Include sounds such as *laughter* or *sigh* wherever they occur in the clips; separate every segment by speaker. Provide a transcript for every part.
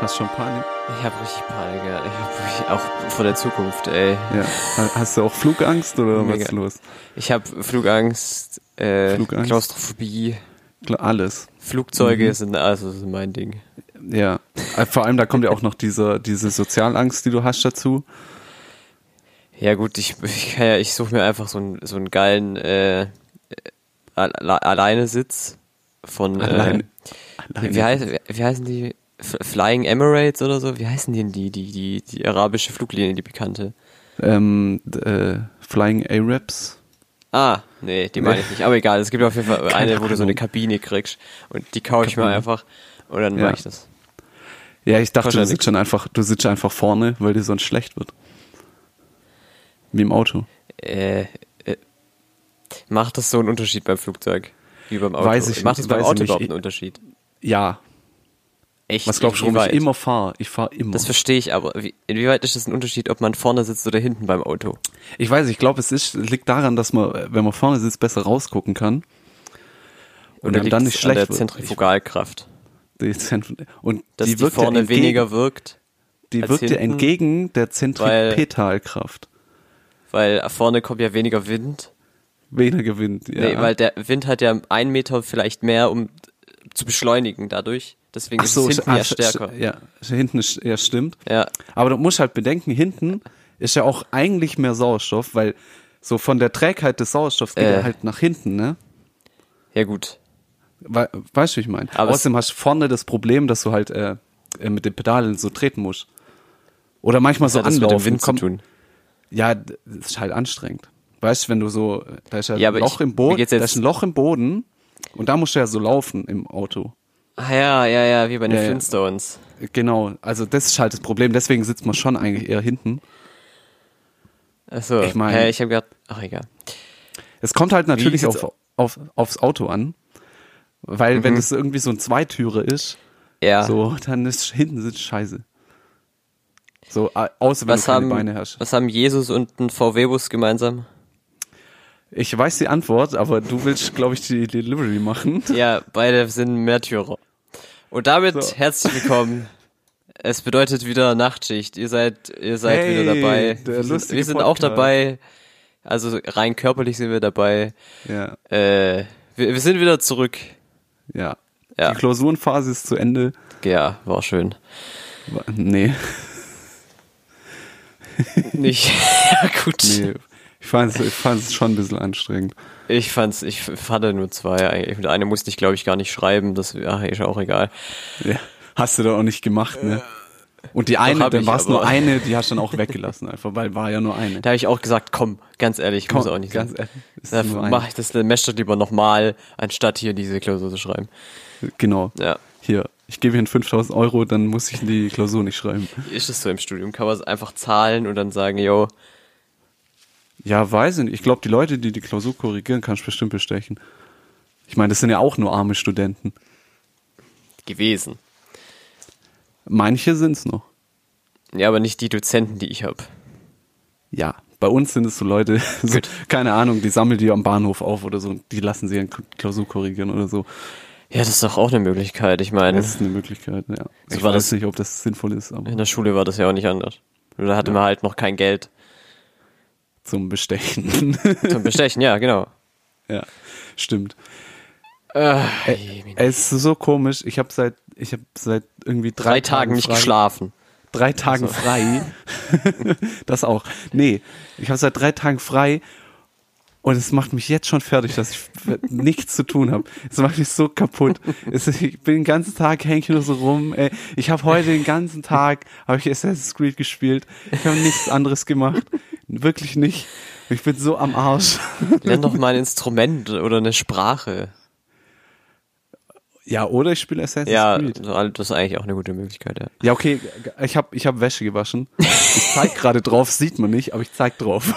Speaker 1: hast schon Panik?
Speaker 2: Ich habe richtig Panik, ja. Ich hab wirklich auch vor der Zukunft, ey.
Speaker 1: Ja. Ha- Hast du auch Flugangst oder was
Speaker 2: Mega.
Speaker 1: ist los?
Speaker 2: Ich habe Flugangst, äh,
Speaker 1: Flugangst? Mhm.
Speaker 2: Klaustrophobie.
Speaker 1: Klar, Alles.
Speaker 2: Flugzeuge sind also sind mein Ding.
Speaker 1: Ja. Äh, Vor allem, da kommt ja auch noch diese, diese Sozialangst, die du hast dazu.
Speaker 2: Ja gut, ich, ich, *laughs* kann ja, ich suche mir einfach so einen, so einen geilen äh, alle, alleine Sitz von äh,
Speaker 1: Allein-
Speaker 2: wie, wie, heißt, wie, wie heißen die F Flying Emirates oder so? Wie heißen denn die die die die arabische Fluglinie die bekannte?
Speaker 1: Ähm, d- äh, Flying Arabs.
Speaker 2: Ah, nee, die meine ich nicht. Aber egal, es gibt auf jeden Fall eine, wo du so eine Kabine kriegst und die kaufe ich mir
Speaker 1: Kabine.
Speaker 2: einfach und dann
Speaker 1: Ja.
Speaker 2: mache ich das.
Speaker 1: Ja, ich dachte, du
Speaker 2: Wahrscheinlich.
Speaker 1: sitzt schon einfach, du sitzt einfach vorne, weil dir sonst schlecht wird. Wie im Auto.
Speaker 2: Äh, äh, macht das so einen Unterschied beim Flugzeug wie beim Auto?
Speaker 1: Weiß ich
Speaker 2: macht das
Speaker 1: nicht,
Speaker 2: beim
Speaker 1: weiß ich
Speaker 2: Auto
Speaker 1: nicht.
Speaker 2: überhaupt
Speaker 1: Ich-
Speaker 2: einen Unterschied?
Speaker 1: Ja.
Speaker 2: Echt?
Speaker 1: Was glaubst du, warum
Speaker 2: Inwieweit?
Speaker 1: ich immer fahre? Ich fahre immer.
Speaker 2: Das verstehe ich, aber wie, inwieweit ist das ein Unterschied, ob man vorne sitzt oder hinten beim Auto?
Speaker 1: Ich weiß, ich glaube, es ist, liegt daran, dass man, äh, wenn man vorne sitzt, besser rausgucken kann. Und
Speaker 2: Oder
Speaker 1: einem dann
Speaker 2: liegt's
Speaker 1: nicht schlecht
Speaker 2: an der
Speaker 1: wird.
Speaker 2: Zentrifugalkraft,
Speaker 1: Ich, die Zentr- und
Speaker 2: dass
Speaker 1: die
Speaker 2: die,
Speaker 1: wirkt
Speaker 2: vorne
Speaker 1: ja entgegen,
Speaker 2: weniger wirkt,
Speaker 1: die
Speaker 2: als
Speaker 1: wirkt ja
Speaker 2: hinten,
Speaker 1: entgegen der
Speaker 2: weil-
Speaker 1: Zentripetalkraft.
Speaker 2: weil vorne kommt ja weniger Wind.
Speaker 1: Weniger gewinnt. Ja.
Speaker 2: Nee, weil der Wind hat ja einen Meter vielleicht mehr, um zu beschleunigen dadurch. Deswegen
Speaker 1: Ach so,
Speaker 2: ist es hinten
Speaker 1: ah,
Speaker 2: ja
Speaker 1: sch-
Speaker 2: stärker.
Speaker 1: sch- Ja, sch- hinten ist, ja, stimmt.
Speaker 2: Ja.
Speaker 1: Aber du musst halt bedenken, hinten ist ja auch eigentlich mehr Sauerstoff, weil so von der Trägheit des Sauerstoffs geht
Speaker 2: Äh.
Speaker 1: er halt nach hinten, ne?
Speaker 2: ja gut.
Speaker 1: We weißt du, wie ich meine?
Speaker 2: Aber es-
Speaker 1: Außerdem hast du vorne das Problem, dass du halt äh, äh, mit den Pedalen so treten musst. Oder manchmal so
Speaker 2: Das hat das mit
Speaker 1: anlaufen.
Speaker 2: dem Wind
Speaker 1: komm-
Speaker 2: zu tun.
Speaker 1: Ja, d- das ist halt anstrengend. Weißt du, wenn du so, äh, da ist ja,
Speaker 2: Ja,
Speaker 1: ein
Speaker 2: aber
Speaker 1: Loch
Speaker 2: ich-
Speaker 1: im
Speaker 2: mir
Speaker 1: Boden,
Speaker 2: geht's
Speaker 1: da
Speaker 2: jetzt-
Speaker 1: ist ein Loch im Boden und da musst du ja so laufen im Auto.
Speaker 2: Ah ja, ja, ja, wie bei den
Speaker 1: Ja, ja.
Speaker 2: Flintstones.
Speaker 1: Genau, also das ist halt das Problem, deswegen sitzt man schon eigentlich eher hinten.
Speaker 2: Achso,
Speaker 1: Ich
Speaker 2: ich
Speaker 1: meine-
Speaker 2: meine, ich habe gerade, ach egal.
Speaker 1: Es kommt halt natürlich
Speaker 2: sieht's
Speaker 1: auf, auf, aufs Auto an, weil wenn es irgendwie so ein Zweitüre ist,
Speaker 2: Mhm. Ja.
Speaker 1: so, dann ist hinten sitzt scheiße. So, au- außer wenn
Speaker 2: was
Speaker 1: du keine
Speaker 2: haben
Speaker 1: Beine hast.
Speaker 2: was haben Jesus und ein VW Bus gemeinsam?
Speaker 1: Ich weiß die Antwort, aber du willst, glaube ich, die Delivery machen.
Speaker 2: Ja, beide sind Märtyrer. Und damit
Speaker 1: So.
Speaker 2: herzlich
Speaker 1: *laughs*
Speaker 2: willkommen. Es bedeutet wieder Nachtschicht. Ihr seid, ihr seid
Speaker 1: Hey,
Speaker 2: wieder dabei.
Speaker 1: der
Speaker 2: wir sind,
Speaker 1: lustige
Speaker 2: wir sind auch
Speaker 1: Podcast.
Speaker 2: dabei. Also rein körperlich sind wir dabei.
Speaker 1: Ja,
Speaker 2: Äh, wir, wir sind wieder zurück.
Speaker 1: ja.
Speaker 2: Ja.
Speaker 1: Die Klausurenphase ist zu Ende.
Speaker 2: Ja, war schön.
Speaker 1: Wa- Nee,
Speaker 2: Nicht. *laughs* ja, gut.
Speaker 1: nee. Ich fand es ich fand's schon ein bisschen anstrengend.
Speaker 2: Ich fand's, ich fand nur zwei eigentlich. Mit einem musste ich, glaube ich, gar nicht schreiben. Das ach, ist auch egal.
Speaker 1: Ja. Hast du da auch nicht gemacht, ne? Und die eine,
Speaker 2: hab
Speaker 1: dann
Speaker 2: ich,
Speaker 1: war es nur
Speaker 2: aber-
Speaker 1: eine, die hast du dann auch weggelassen, einfach, weil war ja nur eine.
Speaker 2: Da habe ich auch gesagt, komm, ganz ehrlich, muss auch nicht
Speaker 1: ganz
Speaker 2: sein.
Speaker 1: ehrlich, ist
Speaker 2: Da
Speaker 1: nur eine.
Speaker 2: mache ich das Semester lieber nochmal, anstatt hier diese Klausur zu schreiben.
Speaker 1: Genau.
Speaker 2: Ja.
Speaker 1: Hier, ich gebe Ihnen 5000 Euro, dann muss ich die Klausur nicht schreiben.
Speaker 2: Ist es so im Studium? Kann man es einfach zahlen und dann sagen, yo,
Speaker 1: Ja, weiß ich nicht. Ich glaube, die Leute, die die Klausur korrigieren, kannst du bestimmt bestechen. Ich meine, das sind ja auch nur arme Studenten.
Speaker 2: gewesen.
Speaker 1: Manche sind's noch.
Speaker 2: Ja, aber nicht die Dozenten, die ich habe.
Speaker 1: Ja, bei uns sind es so Leute, *laughs* so, keine Ahnung, die sammeln die am Bahnhof auf oder so. Die lassen sie dann K- Klausur korrigieren oder so.
Speaker 2: Ja, das ist doch auch eine Möglichkeit. Ich meine,
Speaker 1: Das ist eine Möglichkeit, ja.
Speaker 2: So
Speaker 1: ich
Speaker 2: war
Speaker 1: weiß
Speaker 2: das-
Speaker 1: nicht, ob das sinnvoll ist, aber
Speaker 2: in der Schule war das ja auch nicht anders. Nur da hatte man halt noch kein Geld
Speaker 1: zum Bestechen. *laughs*
Speaker 2: zum Bestechen, ja, genau.
Speaker 1: ja, stimmt. Äh,
Speaker 2: Ey, drei,
Speaker 1: Es ist so komisch. Ich habe seit, ich habe seit irgendwie drei,
Speaker 2: Tagen nicht
Speaker 1: frei. *laughs*
Speaker 2: geschlafen.
Speaker 1: drei Tagen frei. *laughs* das auch. Nee, ich habe seit drei Tagen frei und es macht mich jetzt schon fertig, dass ich f- nichts zu tun habe. Es macht mich so kaputt. Es, ich bin den ganzen Tag häng ich nur so rum. Ey. Ich habe heute den ganzen Tag habe ich Assassin's Creed gespielt. Ich habe nichts anderes gemacht. Wirklich nicht. Ich bin so am Arsch.
Speaker 2: Lern doch mal ein Instrument oder eine Sprache.
Speaker 1: *laughs* Ja, oder ich spiele Assassin's
Speaker 2: Ja,
Speaker 1: Creed.
Speaker 2: so all- das ist eigentlich auch eine gute Möglichkeit, ja.
Speaker 1: Ja, okay, ich hab ich hab Wäsche gewaschen. Ich zeig gerade drauf, sieht man nicht, aber ich zeig drauf.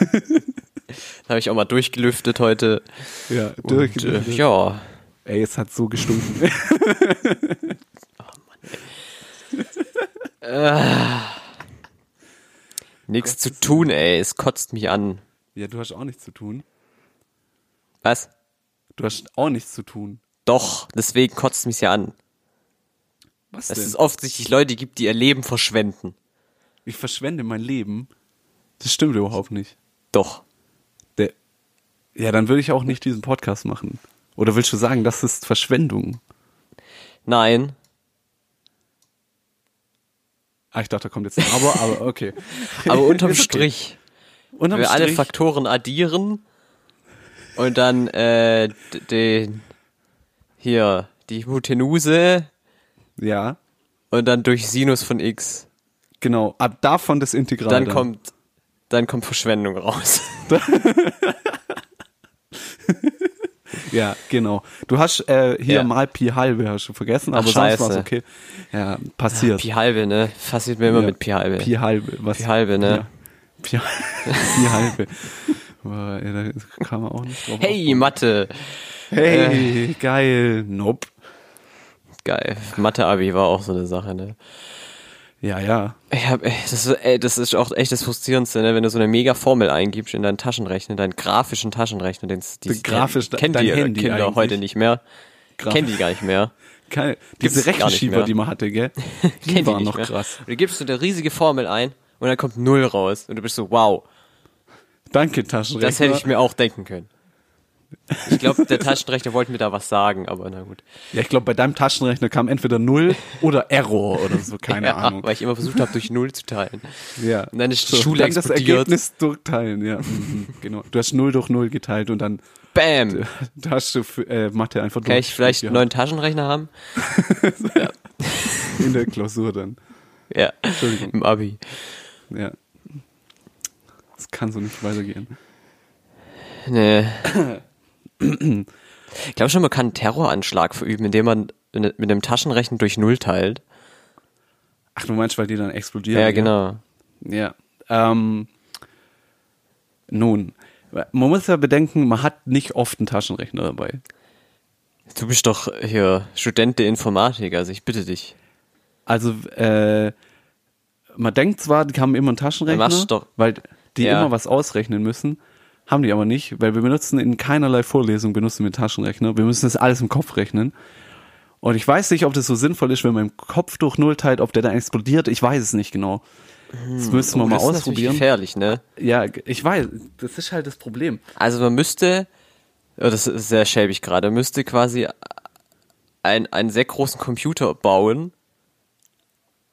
Speaker 2: Das habe ich auch mal durchgelüftet heute.
Speaker 1: Ja, Dirk,
Speaker 2: Und, äh, ja,
Speaker 1: Ey, es hat so gestunken. *laughs*
Speaker 2: nichts zu tun, ey. Es kotzt mich an.
Speaker 1: ja, du hast auch nichts zu tun.
Speaker 2: Was?
Speaker 1: Du hast auch nichts zu tun.
Speaker 2: Doch, deswegen kotzt mich's ja an.
Speaker 1: Was
Speaker 2: Dass
Speaker 1: denn?
Speaker 2: es offensichtlich Leute gibt, die ihr Leben verschwenden.
Speaker 1: ich verschwende mein Leben. Das stimmt überhaupt nicht.
Speaker 2: Doch.
Speaker 1: Der, ja, dann würde ich auch nicht diesen Podcast machen. Oder willst du sagen, das ist Verschwendung?
Speaker 2: Nein.
Speaker 1: Ah, ich dachte, da kommt jetzt ein Aber, aber okay. *laughs*
Speaker 2: Aber *laughs* unterm
Speaker 1: Ist okay.
Speaker 2: Strich, wenn
Speaker 1: Unterm
Speaker 2: wir alle
Speaker 1: Strich-
Speaker 2: Faktoren addieren und dann äh, d- den hier die Hypotenuse
Speaker 1: Ja,
Speaker 2: und dann durch Sinus von x,
Speaker 1: genau. Ab davon das Integral.
Speaker 2: dann kommt dann kommt Verschwendung raus.
Speaker 1: Ja, genau. Du hast äh, hier
Speaker 2: Ja.
Speaker 1: mal Pi halbe hast du vergessen,
Speaker 2: Ach,
Speaker 1: aber sonst war es
Speaker 2: scheiße.
Speaker 1: okay. Ja, passiert.
Speaker 2: *laughs* Pi halbe, ne? Passiert mir immer
Speaker 1: Ja.
Speaker 2: mit Pi halbe.
Speaker 1: Pi halbe. Was?
Speaker 2: Pi halbe,
Speaker 1: Ja.
Speaker 2: ne?
Speaker 1: Pi, *laughs* Pi halbe. Boah, ey, da kam man auch nicht drauf.
Speaker 2: hey, Mathe.
Speaker 1: hey geil. Nope.
Speaker 2: Geil. Mathe-Abi war auch so eine Sache, ne?
Speaker 1: Ja, ja.
Speaker 2: Ich hab, ey, das, ist- ey, das ist auch echt das Frustrierendste, ne? wenn du so eine mega Formel eingibst in deinen Taschenrechner, deinen grafischen Taschenrechner, den
Speaker 1: Den grafisch-
Speaker 2: kennt
Speaker 1: dein
Speaker 2: die
Speaker 1: Handy
Speaker 2: Kinder
Speaker 1: eigentlich.
Speaker 2: heute nicht mehr.
Speaker 1: Graf-
Speaker 2: Kennen die gar nicht mehr.
Speaker 1: Geil.
Speaker 2: Gibt's
Speaker 1: Diese
Speaker 2: gar nicht
Speaker 1: Rechenschieber,
Speaker 2: mehr.
Speaker 1: die man hatte,
Speaker 2: *laughs*
Speaker 1: gell? *laughs* Die
Speaker 2: Kennen
Speaker 1: waren
Speaker 2: die
Speaker 1: noch
Speaker 2: nicht mehr.
Speaker 1: krass.
Speaker 2: Und du gibst so eine riesige Formel ein und dann kommt Null raus und du bist so, wow,
Speaker 1: Danke, Taschenrechner.
Speaker 2: das hätte ich mir auch denken können. Ich glaube, der Taschenrechner wollte mir da was sagen, aber na gut.
Speaker 1: ja, ich glaube, bei deinem Taschenrechner kam entweder
Speaker 2: *laughs*
Speaker 1: Null oder Error oder so, keine
Speaker 2: ja,
Speaker 1: Ahnung.
Speaker 2: Weil ich immer versucht habe, durch Null zu teilen.
Speaker 1: Ja.
Speaker 2: Und dann ist die Schule
Speaker 1: dann das
Speaker 2: explodiert.
Speaker 1: Ergebnis durchteilen, ja. Mhm, genau. Du hast 0 durch 0 geteilt und dann äh, *laughs*
Speaker 2: Bam!
Speaker 1: da hast du für, äh, Mathe einfach
Speaker 2: Kann ich vielleicht
Speaker 1: durchgespielt,
Speaker 2: einen neuen Taschenrechner haben?
Speaker 1: ja. in der Klausur dann.
Speaker 2: Ja,
Speaker 1: Entschuldigung.
Speaker 2: im Abi.
Speaker 1: Ja. Das kann so nicht weitergehen.
Speaker 2: Nee. Ich glaube schon, man kann einen Terroranschlag verüben, indem man mit einem Taschenrechner durch Null teilt.
Speaker 1: Ach, du meinst, weil die dann explodieren?
Speaker 2: Ja, genau.
Speaker 1: Ja. Ähm, nun, man muss ja bedenken, man hat nicht oft einen Taschenrechner dabei.
Speaker 2: Du bist doch hier Student der Informatik, also ich bitte dich.
Speaker 1: Also, äh, man denkt zwar, die haben immer einen Taschenrechner,
Speaker 2: Dann mach's doch.
Speaker 1: weil die
Speaker 2: Ja.
Speaker 1: immer was ausrechnen müssen, haben die aber nicht, weil wir benutzen in keinerlei Vorlesung benutzen wir Taschenrechner. Wir müssen das alles im Kopf rechnen. Und ich weiß nicht, ob das so sinnvoll ist, wenn man im Kopf durch Null teilt, ob der dann explodiert. Ich weiß es nicht genau. Das müssen wir mal
Speaker 2: Hm. Oh, das ist natürlich
Speaker 1: ausprobieren.
Speaker 2: gefährlich, ne?
Speaker 1: Ja, ich weiß. Das ist halt das Problem.
Speaker 2: Also man müsste, oh, das ist sehr schäbig gerade, man müsste quasi ein, einen sehr großen Computer bauen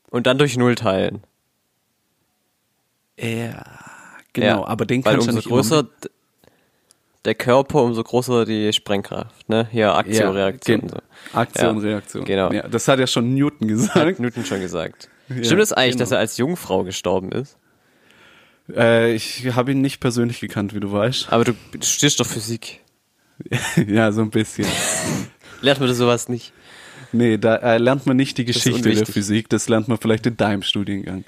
Speaker 2: und dann durch Null teilen.
Speaker 1: Ja, genau.
Speaker 2: Ja.
Speaker 1: Aber den
Speaker 2: Weil
Speaker 1: kannst du
Speaker 2: umso
Speaker 1: nicht
Speaker 2: größer d- der Körper, umso größer die Sprengkraft, ne? Hier, Aktion,
Speaker 1: Ja,
Speaker 2: Reaktion.
Speaker 1: gen-
Speaker 2: und so.
Speaker 1: Aktion,
Speaker 2: Ja,
Speaker 1: Reaktion.
Speaker 2: Genau.
Speaker 1: Ja, das hat ja schon Newton gesagt.
Speaker 2: *laughs* Hat Newton schon gesagt. Stimmt es eigentlich,
Speaker 1: genau.
Speaker 2: dass er als Jungfrau gestorben ist?
Speaker 1: Äh, ich habe ihn nicht persönlich gekannt, wie du weißt. *laughs*
Speaker 2: Aber du studierst doch Physik.
Speaker 1: ja, so ein bisschen.
Speaker 2: Lernt man das sowas nicht?
Speaker 1: Nee, da äh, lernt man nicht die
Speaker 2: ist
Speaker 1: Geschichte der
Speaker 2: unwichtig.
Speaker 1: Physik, das lernt man vielleicht in deinem Studiengang.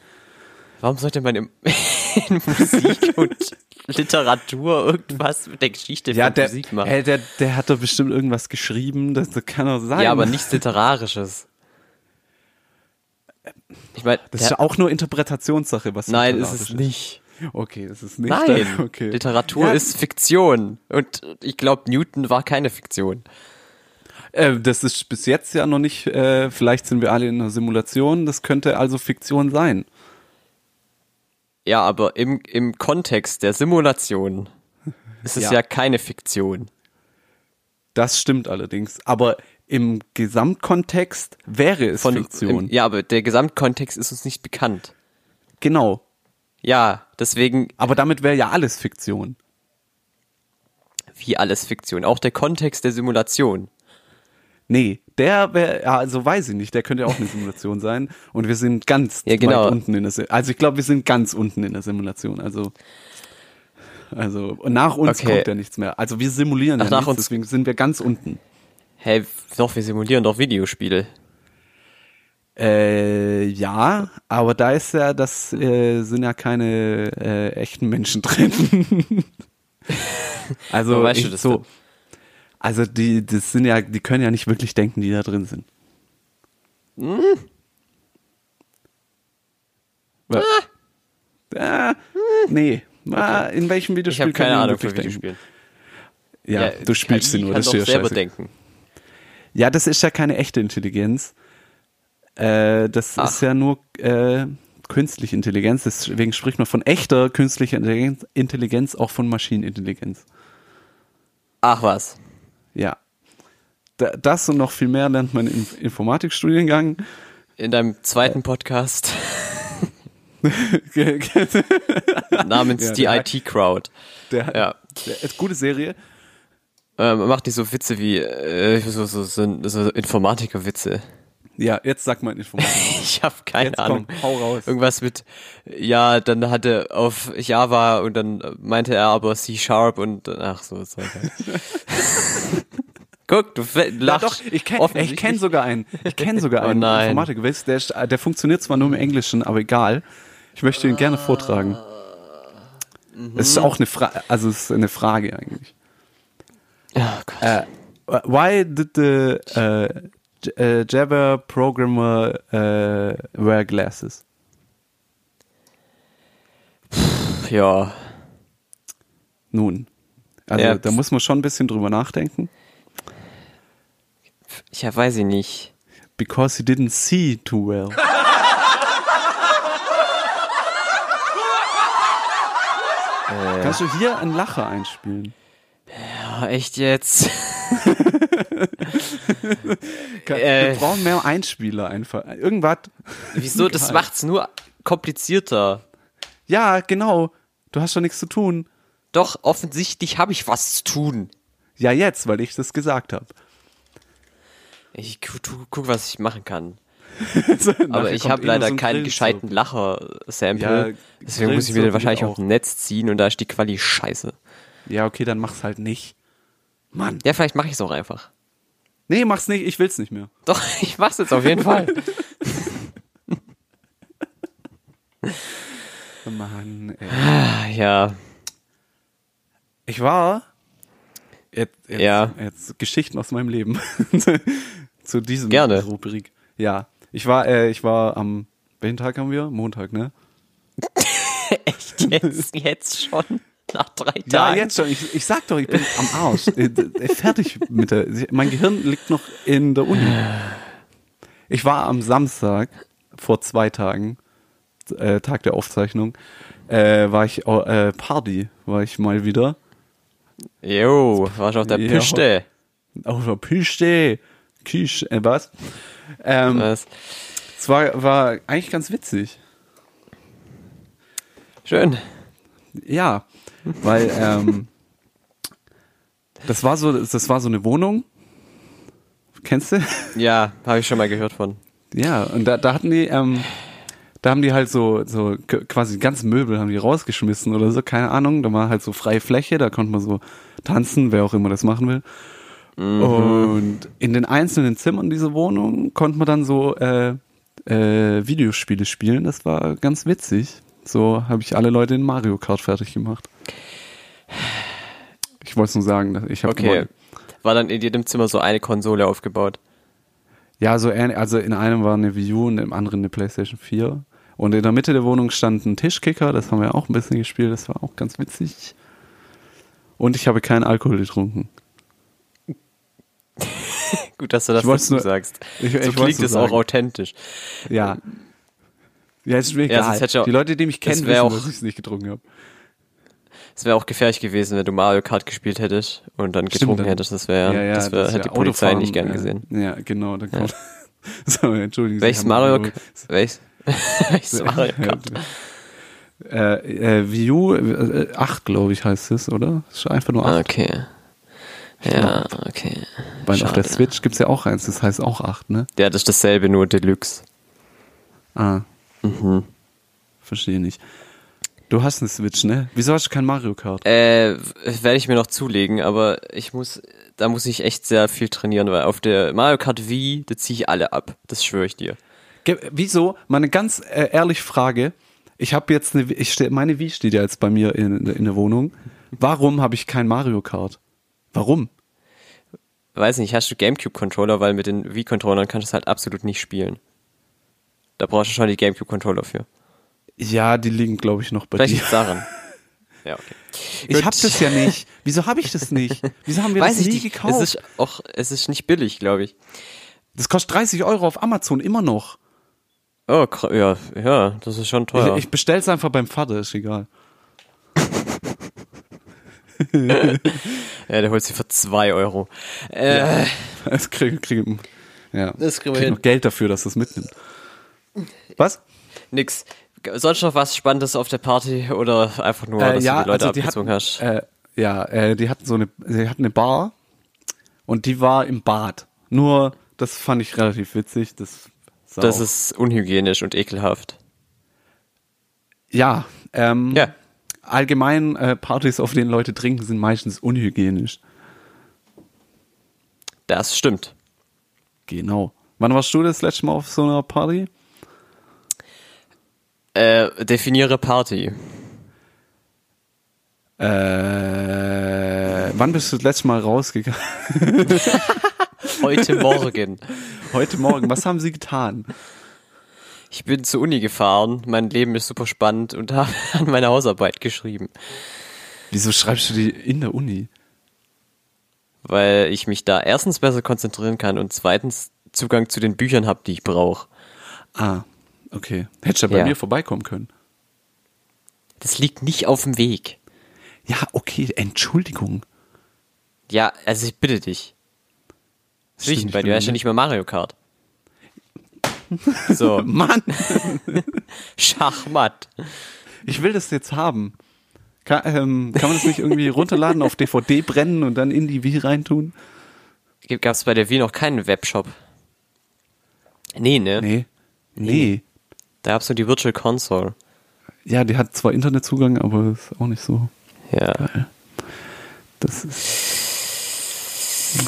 Speaker 2: Warum sollte man im, *laughs* in Musik und Literatur irgendwas mit der Geschichte
Speaker 1: Ja,
Speaker 2: von
Speaker 1: der,
Speaker 2: Physik machen?
Speaker 1: äh, der, der hat doch bestimmt irgendwas geschrieben, das, das kann doch sein.
Speaker 2: ja, aber nichts Literarisches. Ich meine,
Speaker 1: Das ist ja auch nur Interpretationssache, was
Speaker 2: nein, ist es
Speaker 1: literarisch
Speaker 2: nicht.
Speaker 1: Okay, das ist nicht.
Speaker 2: Nein,
Speaker 1: dann- *laughs* okay.
Speaker 2: Literatur
Speaker 1: Ja,
Speaker 2: ist Fiktion. Und ich glaube, Newton war keine Fiktion.
Speaker 1: Äh, das ist bis jetzt ja noch nicht, äh, vielleicht sind wir alle in einer Simulation, das könnte also Fiktion sein.
Speaker 2: Ja, aber im, im Kontext der Simulation ist es
Speaker 1: Ja.
Speaker 2: ja, keine Fiktion.
Speaker 1: Das stimmt allerdings. Aber im Gesamtkontext wäre es
Speaker 2: Von,
Speaker 1: Fiktion.
Speaker 2: Im, ja, aber der Gesamtkontext ist uns nicht bekannt.
Speaker 1: Genau.
Speaker 2: Ja, deswegen
Speaker 1: Aber damit wäre ja alles Fiktion.
Speaker 2: wie alles Fiktion. Auch der Kontext der Simulation.
Speaker 1: Nee, der wäre, ja, also weiß ich nicht, der könnte ja auch eine Simulation *laughs* sein. Und wir sind ganz
Speaker 2: Ja, genau.
Speaker 1: weit unten in der Simulation. Also ich glaube, wir sind ganz unten in der Simulation. Also, also nach uns
Speaker 2: Okay.
Speaker 1: kommt ja nichts mehr. Also wir simulieren
Speaker 2: Ach,
Speaker 1: ja
Speaker 2: nach
Speaker 1: nichts,
Speaker 2: uns-
Speaker 1: deswegen sind wir ganz unten.
Speaker 2: Hey, doch, wir simulieren doch Videospiele.
Speaker 1: Äh, ja, aber da ist ja, das äh, sind ja keine äh, echten Menschen *laughs* drin. also,
Speaker 2: Woher weißt du
Speaker 1: ich,
Speaker 2: das
Speaker 1: so,
Speaker 2: denn?
Speaker 1: also die, das sind ja, die können ja nicht wirklich denken, die da drin sind.
Speaker 2: Hm?
Speaker 1: Wa- Ah, nee. Ah, in welchem
Speaker 2: Ich
Speaker 1: Videospiel
Speaker 2: habe keine
Speaker 1: kann man
Speaker 2: Ahnung von
Speaker 1: wirklich denken?
Speaker 2: Videospielen.
Speaker 1: Ja, du spielst sie nur,
Speaker 2: kann
Speaker 1: das
Speaker 2: doch
Speaker 1: ist ja
Speaker 2: selber
Speaker 1: scheiße.
Speaker 2: denken.
Speaker 1: Ja, das ist ja keine echte Intelligenz. Äh, das
Speaker 2: Ach.
Speaker 1: ist ja nur äh, künstliche Intelligenz, deswegen spricht man von echter künstlicher Intelligenz, Intelligenz auch von Maschinenintelligenz.
Speaker 2: Ach was.
Speaker 1: Ja. Da- Das und noch viel mehr lernt man im Informatikstudiengang. *laughs*
Speaker 2: In deinem zweiten Podcast
Speaker 1: Ge- ge-
Speaker 2: namens
Speaker 1: Ja,
Speaker 2: Die
Speaker 1: der-
Speaker 2: IT-Crowd.
Speaker 1: Der,
Speaker 2: Ja.
Speaker 1: der, ist gute Serie.
Speaker 2: Ähm, macht nicht so Witze wie äh, so, so, so, so Informatiker-Witze.
Speaker 1: Ja, jetzt sag mal Informatik.
Speaker 2: *laughs* Ich habe keine
Speaker 1: Jetzt
Speaker 2: Ahnung.
Speaker 1: komm, hau raus.
Speaker 2: Irgendwas mit, ja, dann hatte auf Java und dann meinte er aber C-Sharp und ach so. so.
Speaker 1: *laughs*
Speaker 2: Guck, du fe-
Speaker 1: Ja,
Speaker 2: lachst.
Speaker 1: doch, ich kenne ich
Speaker 2: offensichtlich.
Speaker 1: kenn sogar einen. Ich kenne *laughs* sogar
Speaker 2: Oh
Speaker 1: einen
Speaker 2: nein.
Speaker 1: Informatikwitz. Der, ist- der funktioniert zwar nur im Englischen, aber egal. Ich möchte ihn gerne vortragen. Es ist auch eine Frage, also es ist eine Frage eigentlich.
Speaker 2: Oh Gott.
Speaker 1: Äh, why did the äh, J- äh, Java programmer äh, wear glasses? Ähm.
Speaker 2: ja.
Speaker 1: Nun, also
Speaker 2: Ja.
Speaker 1: da muss man schon ein bisschen drüber nachdenken.
Speaker 2: Ich hab- weiß ich nicht.
Speaker 1: Because he didn't see too well. Kannst du hier einen Lacher einspielen?
Speaker 2: Ja, Ah,
Speaker 1: *laughs*
Speaker 2: echt jetzt?
Speaker 1: Kann,
Speaker 2: Äh.
Speaker 1: Wir brauchen mehr Einspieler einfach. Irgendwas.
Speaker 2: Wieso? Das
Speaker 1: Geil.
Speaker 2: macht's nur komplizierter.
Speaker 1: Ja, genau. Du hast doch nichts zu tun.
Speaker 2: Doch, offensichtlich habe ich was zu tun.
Speaker 1: Ja, jetzt, weil ich das gesagt *laughs* habe.
Speaker 2: Ich gu tu- guck, was ich machen kann. Aber ich habe leider keinen gescheiten Lacher-Sample.
Speaker 1: Ja,
Speaker 2: Deswegen muss ich mir
Speaker 1: Grillzirkel
Speaker 2: den wahrscheinlich
Speaker 1: auch.
Speaker 2: auf dem Netz ziehen und da ist die Quali scheiße.
Speaker 1: Ja, okay, dann mach's halt nicht. Mann.
Speaker 2: Ja, vielleicht mache ich es auch einfach. *laughs*
Speaker 1: Nee, mach's nicht. Ich will's nicht mehr.
Speaker 2: Doch, ich mach's jetzt auf
Speaker 1: *laughs*
Speaker 2: jeden Fall.
Speaker 1: Oh Mann, ey.
Speaker 2: Ah, ja.
Speaker 1: Ich war. Jetzt, jetzt,
Speaker 2: Ja.
Speaker 1: jetzt Geschichten aus meinem Leben. *laughs* Zu diesem
Speaker 2: Gerne.
Speaker 1: Rubrik. Ja. Ich war, äh, ich war am, welchen Tag haben wir? Montag, ne?
Speaker 2: Echt jetzt, jetzt schon? Nach drei Tagen?
Speaker 1: Ja, jetzt schon. Ich, ich sag doch, ich bin am Arsch. Äh, d- äh, Fertig mit der. Mein Gehirn liegt noch in der Uni. Ich war am Samstag vor zwei Tagen, äh, Tag der Aufzeichnung, äh, war ich au- äh, Party, war ich mal wieder.
Speaker 2: Jo, warst auf der
Speaker 1: Ja.
Speaker 2: Piste.
Speaker 1: Auf der Piste, Kisch, äh, was? Ähm,
Speaker 2: Was?
Speaker 1: Es war, war eigentlich ganz witzig.
Speaker 2: Schön.
Speaker 1: Ja, weil ähm, das war so, das war so eine Wohnung. Kennst du?
Speaker 2: Ja, habe ich schon mal gehört von.
Speaker 1: Ja, und da, da hatten die, ähm, da haben die halt so, so k- quasi die ganzen Möbel haben die rausgeschmissen oder so, keine Ahnung. Da war halt so freie Fläche, da konnte man so tanzen, wer auch immer das machen will. Und in den einzelnen Zimmern dieser Wohnung konnte man dann so äh, äh, Videospiele spielen. Das war ganz witzig. So habe ich alle Leute in Mario Kart fertig gemacht. Ich wollte es nur sagen, dass ich habe
Speaker 2: Okay. War dann in jedem Zimmer so eine Konsole aufgebaut.
Speaker 1: Ja, so ähnlich. Also in einem war eine Wii U und im anderen eine PlayStation 4. Und in der Mitte der Wohnung stand ein Tischkicker, das haben wir auch ein bisschen gespielt, das war auch ganz witzig. Und ich habe keinen Alkohol getrunken.
Speaker 2: Gut, dass du das
Speaker 1: Ich wollt's
Speaker 2: dazu
Speaker 1: nur-
Speaker 2: sagst.
Speaker 1: ich- ich
Speaker 2: so
Speaker 1: wollt's
Speaker 2: klingt
Speaker 1: nur
Speaker 2: es auch
Speaker 1: sagen.
Speaker 2: authentisch.
Speaker 1: Ja. Ja, ist mir
Speaker 2: Ja, sonst
Speaker 1: egal.
Speaker 2: hätte ich auch-
Speaker 1: die Leute, die mich kennen,
Speaker 2: das
Speaker 1: wissen,
Speaker 2: wär auch-
Speaker 1: dass ich es nicht getrunken habe.
Speaker 2: Es wäre auch gefährlich gewesen, wenn du Mario Kart gespielt hättest und dann
Speaker 1: Stimmt,
Speaker 2: getrunken
Speaker 1: dann-
Speaker 2: hättest. Das wäre, das wär, hätte die Polizei
Speaker 1: Autofahren,
Speaker 2: nicht gern
Speaker 1: äh,
Speaker 2: gesehen.
Speaker 1: Ja, genau. Dann kommt. *laughs* So, Entschuldigung. Sie
Speaker 2: Welches
Speaker 1: haben
Speaker 2: Mario,
Speaker 1: Alkohol.
Speaker 2: welches, *laughs* welches Mario Kart?
Speaker 1: Äh, äh, Wii U äh, 8, glaube ich, heißt es, oder? Ist einfach
Speaker 2: Ah,
Speaker 1: nur 8.
Speaker 2: Okay. Ja, okay.
Speaker 1: Weil auf der
Speaker 2: Schade.
Speaker 1: Switch gibt es ja auch eins, das heißt auch 8, ne?
Speaker 2: Ja, das ist dasselbe, nur Deluxe.
Speaker 1: Ah. Verstehe nicht. Du hast eine Switch, ne? Wieso hast du kein Mario Kart?
Speaker 2: Äh, werde ich mir noch zulegen, aber ich muss, da muss ich echt sehr viel trainieren, weil auf der Mario Kart Wii, da ziehe ich alle ab. Das schwöre ich dir.
Speaker 1: Ge wieso? Meine ganz äh, ehrliche Frage. Ich habe jetzt eine, ich stell, meine Wii steht ja jetzt bei mir in, in der Wohnung. Warum habe ich kein Mario Kart? Warum?
Speaker 2: Weiß nicht, hast du Gamecube-Controller, weil mit den Wii-Controllern kannst du es halt absolut nicht spielen. Da brauchst du schon die Gamecube-Controller für.
Speaker 1: Ja, die liegen, glaube ich, noch bei
Speaker 2: Vielleicht
Speaker 1: dir.
Speaker 2: liegt's daran. Ja, okay.
Speaker 1: Ich
Speaker 2: Gut.
Speaker 1: habe das ja nicht. Wieso habe ich das nicht? Wieso haben wir
Speaker 2: Weiß
Speaker 1: das
Speaker 2: ich
Speaker 1: nie
Speaker 2: nicht.
Speaker 1: gekauft?
Speaker 2: Es ist auch, es ist nicht billig, glaube ich.
Speaker 1: das kostet 30 Euro auf Amazon immer noch.
Speaker 2: Oh, kr- ja, ja, das ist schon teuer.
Speaker 1: Ich, ich bestell's einfach beim Vater, ist egal.
Speaker 2: ja, der holt sie für 2 Euro. Äh,
Speaker 1: *laughs* Das kriegen krieg, ja.
Speaker 2: Das kriegen wir
Speaker 1: Krieg
Speaker 2: hin.
Speaker 1: noch Geld dafür, dass das mitnimmt. Was?
Speaker 2: Nix. G- Sonst noch was Spannendes auf der Party oder einfach nur, dass du die Leute abgezogen hast?
Speaker 1: Äh, ja, äh, die hatten so eine, die hatten eine Bar und die war im Bad. Nur, das fand ich relativ witzig. Das, sah
Speaker 2: Das
Speaker 1: auch-
Speaker 2: ist unhygienisch und ekelhaft.
Speaker 1: ja. Ähm,
Speaker 2: Ja.
Speaker 1: Allgemein äh, Partys, auf denen Leute trinken, sind meistens unhygienisch.
Speaker 2: Das stimmt.
Speaker 1: Genau. Wann warst du das letzte Mal auf so einer Party?
Speaker 2: Äh, definiere Party.
Speaker 1: Äh, wann bist du das letzte Mal rausgegangen? *laughs*
Speaker 2: Heute Morgen.
Speaker 1: Heute Morgen. Was haben sie getan?
Speaker 2: Ich bin zur Uni gefahren, mein Leben ist super spannend und *laughs* habe an meine Hausarbeit geschrieben,
Speaker 1: Wieso schreibst du die in der Uni?
Speaker 2: weil ich mich da erstens besser konzentrieren kann und zweitens Zugang zu den Büchern habe, die ich brauche.
Speaker 1: Ah, okay. Hättest du ja bei
Speaker 2: Ja.
Speaker 1: mir vorbeikommen können.
Speaker 2: Das liegt nicht auf dem Weg.
Speaker 1: Ja, okay, Entschuldigung.
Speaker 2: Ja, also ich bitte dich. Was will ich denn
Speaker 1: Stimmt,
Speaker 2: bei
Speaker 1: ich
Speaker 2: dir? Du
Speaker 1: bin
Speaker 2: hast ja
Speaker 1: mir-
Speaker 2: nicht mal Mario Kart.
Speaker 1: *laughs*
Speaker 2: So,
Speaker 1: Mann,
Speaker 2: Schachmatt.
Speaker 1: ich will das jetzt haben. Kann, ähm, kann man das nicht irgendwie runterladen, auf DVD brennen und dann in die Wii reintun?
Speaker 2: Gab es bei der Wii noch keinen Webshop? Nee, ne?
Speaker 1: Nee. Nee.
Speaker 2: Da gab's nur die Virtual Console.
Speaker 1: Ja, die hat zwar Internetzugang, aber ist auch nicht so.
Speaker 2: Ja.
Speaker 1: Das ist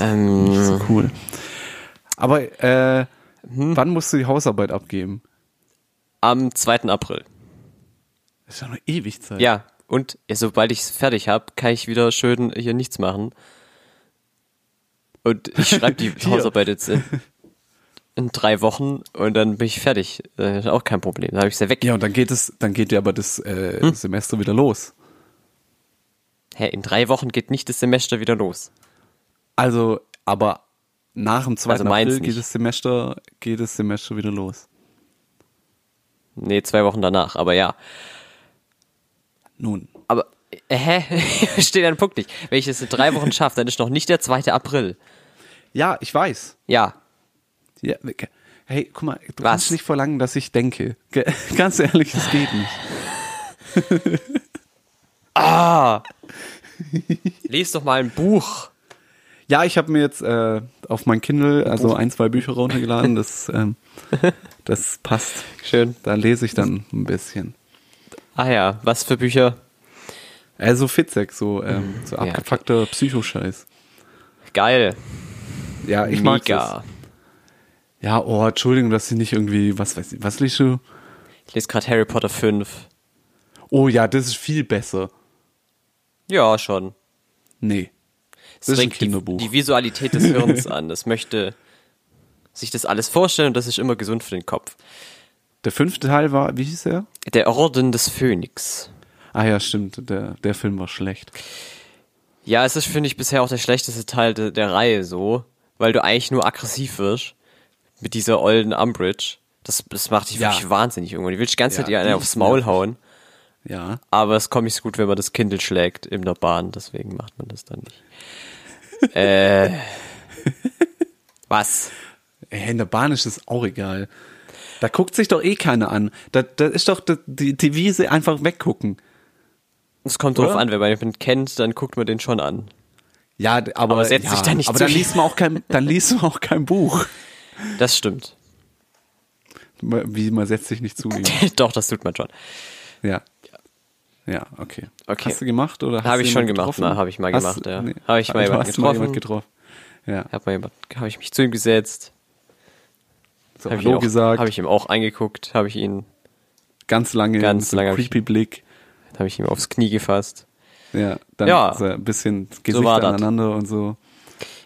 Speaker 2: Ähm,
Speaker 1: nicht so cool. Aber äh,
Speaker 2: Mhm.
Speaker 1: wann musst du die Hausarbeit abgeben?
Speaker 2: am 2. April.
Speaker 1: Das ist ja noch ewig Zeit.
Speaker 2: Ja, und ja, sobald ich's fertig hab, kann ich wieder schön hier nichts machen. Und ich
Speaker 1: *laughs*
Speaker 2: schreibe die
Speaker 1: Hier.
Speaker 2: Hausarbeit jetzt in, in drei Wochen und dann bin ich fertig. Äh, ist auch kein Problem. Dann habe ich's ja weg.
Speaker 1: Ja, und dann geht es, dann geht ja aber das äh,
Speaker 2: Hm.
Speaker 1: Semester wieder los.
Speaker 2: Hä, in drei Wochen geht nicht das Semester wieder los.
Speaker 1: Also, aber nach dem 2.
Speaker 2: Also meins
Speaker 1: April geht
Speaker 2: nicht.
Speaker 1: das, Semester, geht das Semester wieder los.
Speaker 2: Nee, zwei Wochen danach, aber ja.
Speaker 1: Nun.
Speaker 2: Aber, äh, hä? *laughs* Ich verstehe deinen Punkt nicht. Wenn ich es in drei Wochen schaffe, dann ist noch nicht der 2. April.
Speaker 1: Ja, ich weiß.
Speaker 2: Ja,
Speaker 1: Ja, okay. hey, guck mal, du
Speaker 2: Was?
Speaker 1: kannst nicht verlangen, dass ich denke. Ge- *laughs* Ganz ehrlich, das geht nicht. Ah.
Speaker 2: lies doch mal ein Buch.
Speaker 1: Ja, ich habe mir jetzt äh, auf mein Kindle also ein, zwei Bücher runtergeladen. Das, *laughs* ähm, das passt.
Speaker 2: Schön.
Speaker 1: Da lese ich dann ein bisschen.
Speaker 2: Ah ja, was für Bücher?
Speaker 1: Also Fitzek, so, ähm, so
Speaker 2: okay.
Speaker 1: abgefuckter Psychoscheiß.
Speaker 2: Geil.
Speaker 1: Ja, ich mag das.
Speaker 2: Mega.
Speaker 1: Ja, oh, Entschuldigung, dass ich nicht irgendwie, was weiß ich, was liest du?
Speaker 2: Ich lese gerade Harry Potter 5.
Speaker 1: Oh ja, das ist viel besser.
Speaker 2: Ja, schon.
Speaker 1: Nee. Das
Speaker 2: Es
Speaker 1: ist ein
Speaker 2: regt die,
Speaker 1: Kinderbuch.
Speaker 2: die Visualität des Hirns an. Es möchte sich das alles vorstellen und das ist immer gesund für den Kopf.
Speaker 1: Der fünfte Teil war, wie hieß er?
Speaker 2: Der Orden des Phönix.
Speaker 1: Ah ja, stimmt, der, der Film war schlecht.
Speaker 2: Ja, es ist, finde ich, bisher auch der schlechteste Teil de der Reihe so, weil du eigentlich nur aggressiv wirst mit dieser olden Umbridge. Das, das macht dich
Speaker 1: Ja.
Speaker 2: wirklich wahnsinnig irgendwann. Die will die ganze
Speaker 1: Ja,
Speaker 2: Zeit ihr
Speaker 1: die
Speaker 2: eine
Speaker 1: ist
Speaker 2: aufs Maul hauen,
Speaker 1: Ja.
Speaker 2: aber es kommt nicht so gut, wenn man das Kindle schlägt in der Bahn, deswegen macht man das dann nicht. äh,
Speaker 1: *laughs*
Speaker 2: was?
Speaker 1: Ey, in der Bahn ist es auch egal. Da guckt sich doch eh keiner an. Da, da ist doch die, die, die Wiese einfach weggucken.
Speaker 2: Es kommt drauf
Speaker 1: Oder?
Speaker 2: an, wenn man jemanden kennt, dann guckt man den schon an.
Speaker 1: Ja, d- aber,
Speaker 2: Aber setzt
Speaker 1: ja,
Speaker 2: sich da nicht
Speaker 1: aber
Speaker 2: zu.
Speaker 1: dann liest man auch kein, dann liest man auch kein Buch.
Speaker 2: Das stimmt.
Speaker 1: Wie man setzt sich nicht zu ihm.
Speaker 2: *laughs* Doch, das tut man schon.
Speaker 1: Ja. Ja, okay.
Speaker 2: Okay.
Speaker 1: Hast du gemacht oder hast
Speaker 2: Hab
Speaker 1: du
Speaker 2: ich schon
Speaker 1: jemanden
Speaker 2: gemacht,
Speaker 1: getroffen?
Speaker 2: mal, hab ich mal
Speaker 1: Hast-
Speaker 2: gemacht, ja. Hab ich mal
Speaker 1: also
Speaker 2: jemanden
Speaker 1: hast du mal jemanden getroffen.
Speaker 2: getroffen?
Speaker 1: Ja.
Speaker 2: Hab, mal jemand, hab ich mich zu ihm gesetzt,
Speaker 1: So,
Speaker 2: habe ich, ihn
Speaker 1: Hallo
Speaker 2: auch-
Speaker 1: gesagt,
Speaker 2: hab ich ihm auch angeguckt, habe ich ihn
Speaker 1: ganz lange,
Speaker 2: ganz
Speaker 1: so einen
Speaker 2: lange hab ich-
Speaker 1: creepy Blick.
Speaker 2: habe ich ihm aufs Knie gefasst.
Speaker 1: Ja, dann
Speaker 2: Ja.
Speaker 1: so ein bisschen Gesichter
Speaker 2: war das.
Speaker 1: aneinander und so.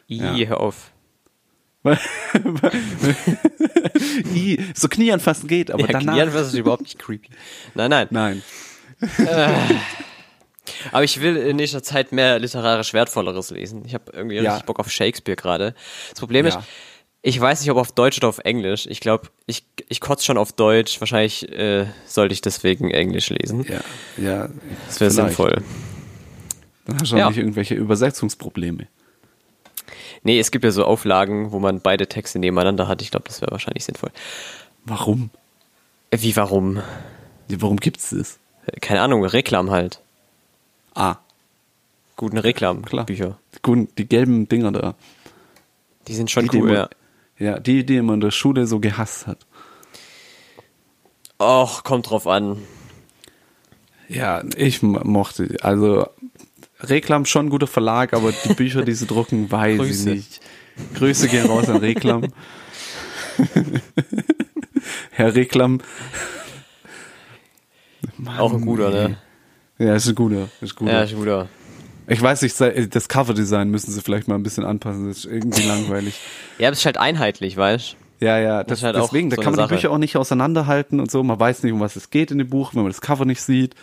Speaker 2: I,
Speaker 1: Ja.
Speaker 2: hör auf.
Speaker 1: I, so Knie anfassen geht, aber
Speaker 2: Ja,
Speaker 1: danach.
Speaker 2: Knieren das ist überhaupt nicht creepy. Nein, nein.
Speaker 1: Nein.
Speaker 2: Aber ich will in nächster Zeit mehr literarisch Wertvolleres lesen. Ich habe irgendwie
Speaker 1: Ja.
Speaker 2: richtig Bock auf Shakespeare gerade. Das Problem
Speaker 1: Ja.
Speaker 2: ist, Ich weiß nicht, ob auf Deutsch oder auf Englisch. Ich glaube, ich, ich kotze schon auf Deutsch. Wahrscheinlich äh, sollte ich deswegen Englisch lesen.
Speaker 1: Ja, ja.
Speaker 2: das wäre
Speaker 1: vielleicht.
Speaker 2: sinnvoll.
Speaker 1: Dann hast du auch
Speaker 2: Ja.
Speaker 1: nicht irgendwelche Übersetzungsprobleme.
Speaker 2: Nee, es gibt ja so Auflagen, wo man beide Texte nebeneinander hat. Ich glaube, das wäre wahrscheinlich sinnvoll. Äh,
Speaker 1: Warum?
Speaker 2: Wie, warum? Äh,
Speaker 1: Ja, Warum gibt's das?
Speaker 2: Keine Ahnung, Reklam halt.
Speaker 1: Ah,
Speaker 2: Guten
Speaker 1: klar.
Speaker 2: Reklam-Bücher.
Speaker 1: Gut, die gelben Dinger da.
Speaker 2: Die sind schon
Speaker 1: die
Speaker 2: cool,
Speaker 1: man,
Speaker 2: ja.
Speaker 1: ja, die, die man in der Schule so gehasst hat.
Speaker 2: Och, kommt drauf an.
Speaker 1: Ja, ich mo- mochte, also Reklam schon ein guter Verlag, aber die Bücher, die sie drucken, *laughs* weiß
Speaker 2: Grüße.
Speaker 1: ich nicht. Grüße gehen raus an Reklam. *laughs* Herr Reklam. Mann,
Speaker 2: Auch ein guter,
Speaker 1: ey.
Speaker 2: ne?
Speaker 1: Ja, ist ein guter, ist ein guter.
Speaker 2: Ja, ist ein guter.
Speaker 1: Ich weiß nicht, das Coverdesign müssen sie vielleicht mal ein bisschen anpassen, das ist irgendwie langweilig.
Speaker 2: Ja, aber es ist halt einheitlich, weißt
Speaker 1: Ja, ja, das,
Speaker 2: ist halt auch
Speaker 1: deswegen,
Speaker 2: so
Speaker 1: da kann
Speaker 2: eine
Speaker 1: man die
Speaker 2: Sache.
Speaker 1: Bücher auch nicht auseinanderhalten und so, man weiß nicht, um was es geht in dem Buch, wenn man das Cover nicht sieht.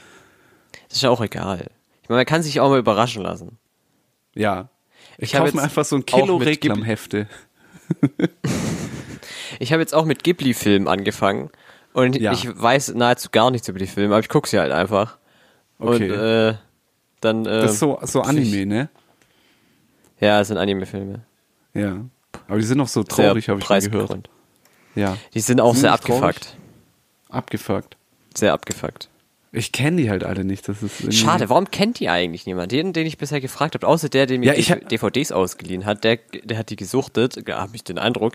Speaker 2: Das ist ja auch egal. Ich meine, man kann sich auch mal überraschen lassen.
Speaker 1: Ja. Ich,
Speaker 2: Ich hab
Speaker 1: kaufe mir
Speaker 2: jetzt
Speaker 1: einfach so ein
Speaker 2: auch
Speaker 1: Kilo
Speaker 2: mit Ghibli-
Speaker 1: Reklamhefte.
Speaker 2: Ich habe jetzt auch mit Ghibli-Filmen angefangen und
Speaker 1: Ja.
Speaker 2: ich weiß nahezu gar nichts über die Filme, aber ich gucke sie halt einfach.
Speaker 1: Okay.
Speaker 2: Und äh, dann. Äh,
Speaker 1: Das ist so, so Anime, ne?
Speaker 2: Ja, es sind Anime-Filme.
Speaker 1: Ja. Aber die sind auch so
Speaker 2: Sehr
Speaker 1: traurig, habe ich mal gehört.
Speaker 2: preisgekrönt.
Speaker 1: Ja.
Speaker 2: Die sind auch
Speaker 1: Sind
Speaker 2: sehr
Speaker 1: die traurig?
Speaker 2: abgefuckt.
Speaker 1: Abgefuckt.
Speaker 2: Sehr abgefuckt.
Speaker 1: Ich kenne die halt alle nicht. Das ist irgendwie-
Speaker 2: Schade, warum kennt die eigentlich niemand? Den, den ich bisher gefragt habe, außer der, der mir
Speaker 1: Ja, ich
Speaker 2: die
Speaker 1: hab-
Speaker 2: DVDs ausgeliehen hat, der, der hat die gesuchtet, habe ich den Eindruck.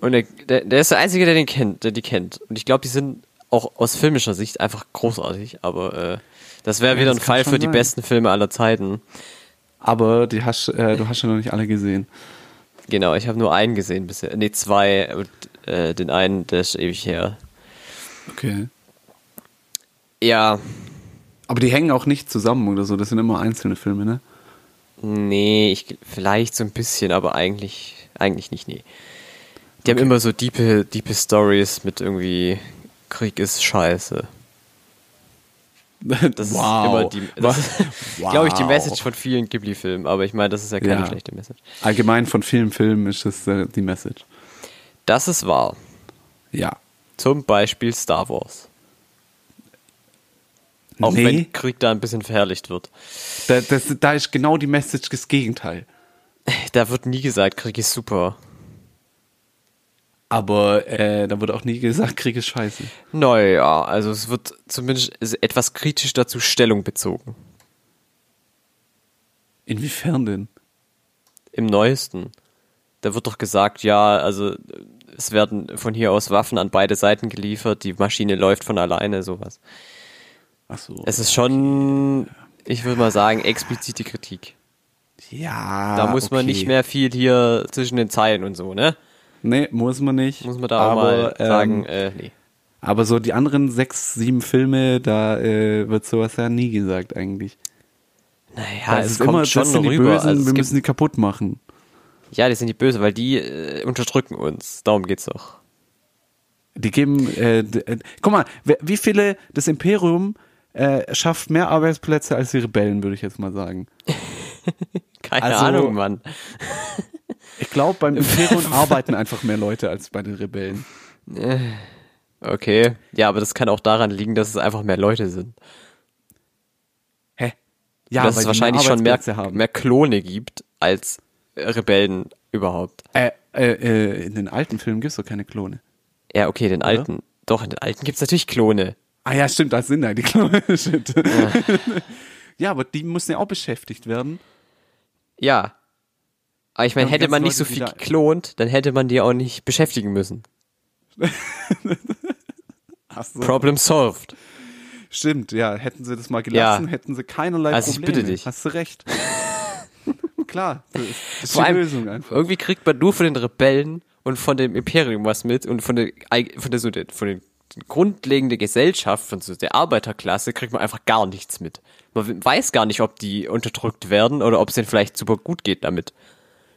Speaker 2: Und der, der, der ist der Einzige, der den kennt, der die kennt. Und ich glaube, die sind auch aus filmischer Sicht einfach großartig, aber äh, das wäre wieder
Speaker 1: das
Speaker 2: ein
Speaker 1: kann
Speaker 2: Fall
Speaker 1: schon
Speaker 2: für die
Speaker 1: sein.
Speaker 2: besten Filme aller Zeiten.
Speaker 1: Aber die hast, äh, du hast ja noch nicht alle gesehen.
Speaker 2: Genau, ich habe nur einen gesehen bisher. Nee, zwei. Und, äh, den einen, der ist ewig her.
Speaker 1: Okay.
Speaker 2: Ja,
Speaker 1: Aber die hängen auch nicht zusammen oder so. Das sind immer einzelne Filme, ne?
Speaker 2: Nee, ich, vielleicht so ein bisschen, aber eigentlich, eigentlich nicht, nee. Die haben immer so diepe, diepe Stories mit irgendwie Krieg ist scheiße. *laughs* Das ist immer die, das ist, *laughs*
Speaker 1: wow.
Speaker 2: glaube ich, die Message von vielen Ghibli-Filmen, aber ich meine, das ist ja keine
Speaker 1: Ja.
Speaker 2: schlechte Message.
Speaker 1: Allgemein von vielen Filmen ist das äh, die Message.
Speaker 2: Das ist wahr.
Speaker 1: Ja.
Speaker 2: Zum Beispiel Star Wars. Auch
Speaker 1: nee,
Speaker 2: wenn Krieg da ein bisschen verherrlicht wird. *laughs*
Speaker 1: da, das, da ist genau die Message das Gegenteil.
Speaker 2: Da wird nie gesagt, Krieg ist super.
Speaker 1: Aber äh, da wurde auch nie gesagt, Krieg ist scheiße.
Speaker 2: Naja, also es wird zumindest etwas kritisch dazu Stellung bezogen.
Speaker 1: Inwiefern denn?
Speaker 2: Im neuesten. Da wird doch gesagt, ja, also es werden von hier aus Waffen an beide Seiten geliefert, die Maschine läuft von alleine, sowas.
Speaker 1: Ach so.
Speaker 2: Es ist schon, ich würde mal sagen, explizite Kritik.
Speaker 1: ja.
Speaker 2: Da muss man
Speaker 1: Ah, okay.
Speaker 2: nicht mehr viel hier zwischen den Zeilen und so, ne?
Speaker 1: Nee, muss man nicht.
Speaker 2: Muss man da auch mal
Speaker 1: ähm,
Speaker 2: sagen, äh, nee.
Speaker 1: Aber so die anderen sechs, sieben Filme, da äh, wird sowas ja nie gesagt eigentlich.
Speaker 2: Naja,
Speaker 1: Da
Speaker 2: Also es
Speaker 1: ist
Speaker 2: kommt
Speaker 1: Ah, immer,
Speaker 2: schon
Speaker 1: das sind die
Speaker 2: rüber.
Speaker 1: Bösen,
Speaker 2: also es
Speaker 1: wir
Speaker 2: gibt,
Speaker 1: müssen die kaputt machen.
Speaker 2: ja, die sind die böse, weil die äh, unterdrücken uns. Darum geht's doch.
Speaker 1: Die geben, äh, d- äh, guck mal, wer- wie viele, das Imperium äh, schafft mehr Arbeitsplätze als die Rebellen, würde ich jetzt mal sagen.
Speaker 2: Keine
Speaker 1: Also-
Speaker 2: Ahnung, Mann.
Speaker 1: Ich glaube,
Speaker 2: *laughs*
Speaker 1: beim Imperium arbeiten einfach mehr Leute als bei den Rebellen.
Speaker 2: Okay. Ja, aber das kann auch daran liegen, dass es einfach mehr Leute sind.
Speaker 1: Hä? Ja,
Speaker 2: dass es
Speaker 1: die
Speaker 2: wahrscheinlich schon mehr,
Speaker 1: Arbeitsplätze haben.
Speaker 2: mehr Klone gibt als äh, Rebellen überhaupt.
Speaker 1: Äh, äh, äh, in den alten Filmen gibt es doch keine Klone.
Speaker 2: Ja, okay, den alten. Doch, in den alten gibt's natürlich Klone.
Speaker 1: Ah ja, stimmt, das sind ja die Klone. *laughs* Shit. Ja. aber die müssen ja auch beschäftigt werden.
Speaker 2: Ja. Aber ich meine,
Speaker 1: Ja, und
Speaker 2: hätte
Speaker 1: ganz
Speaker 2: man nicht
Speaker 1: Leute,
Speaker 2: so
Speaker 1: die
Speaker 2: viel
Speaker 1: da-
Speaker 2: geklont, dann hätte man die auch nicht beschäftigen müssen.
Speaker 1: Ach so.
Speaker 2: Problem solved.
Speaker 1: Stimmt, ja, hätten sie das mal gelassen,
Speaker 2: Ja.
Speaker 1: hätten sie keinerlei
Speaker 2: Also ich
Speaker 1: Probleme.
Speaker 2: bitte dich.
Speaker 1: Hast du *laughs* recht. Klar, das ist, das ist
Speaker 2: Vor
Speaker 1: die
Speaker 2: allem,
Speaker 1: Lösung einfach.
Speaker 2: irgendwie kriegt man nur von den Rebellen und von dem Imperium was mit und von der, eig- von der, so der von den grundlegenden Gesellschaft, von so der Arbeiterklasse, kriegt man einfach gar nichts mit. Man weiß gar nicht, ob die unterdrückt werden oder ob es denen vielleicht super gut geht damit.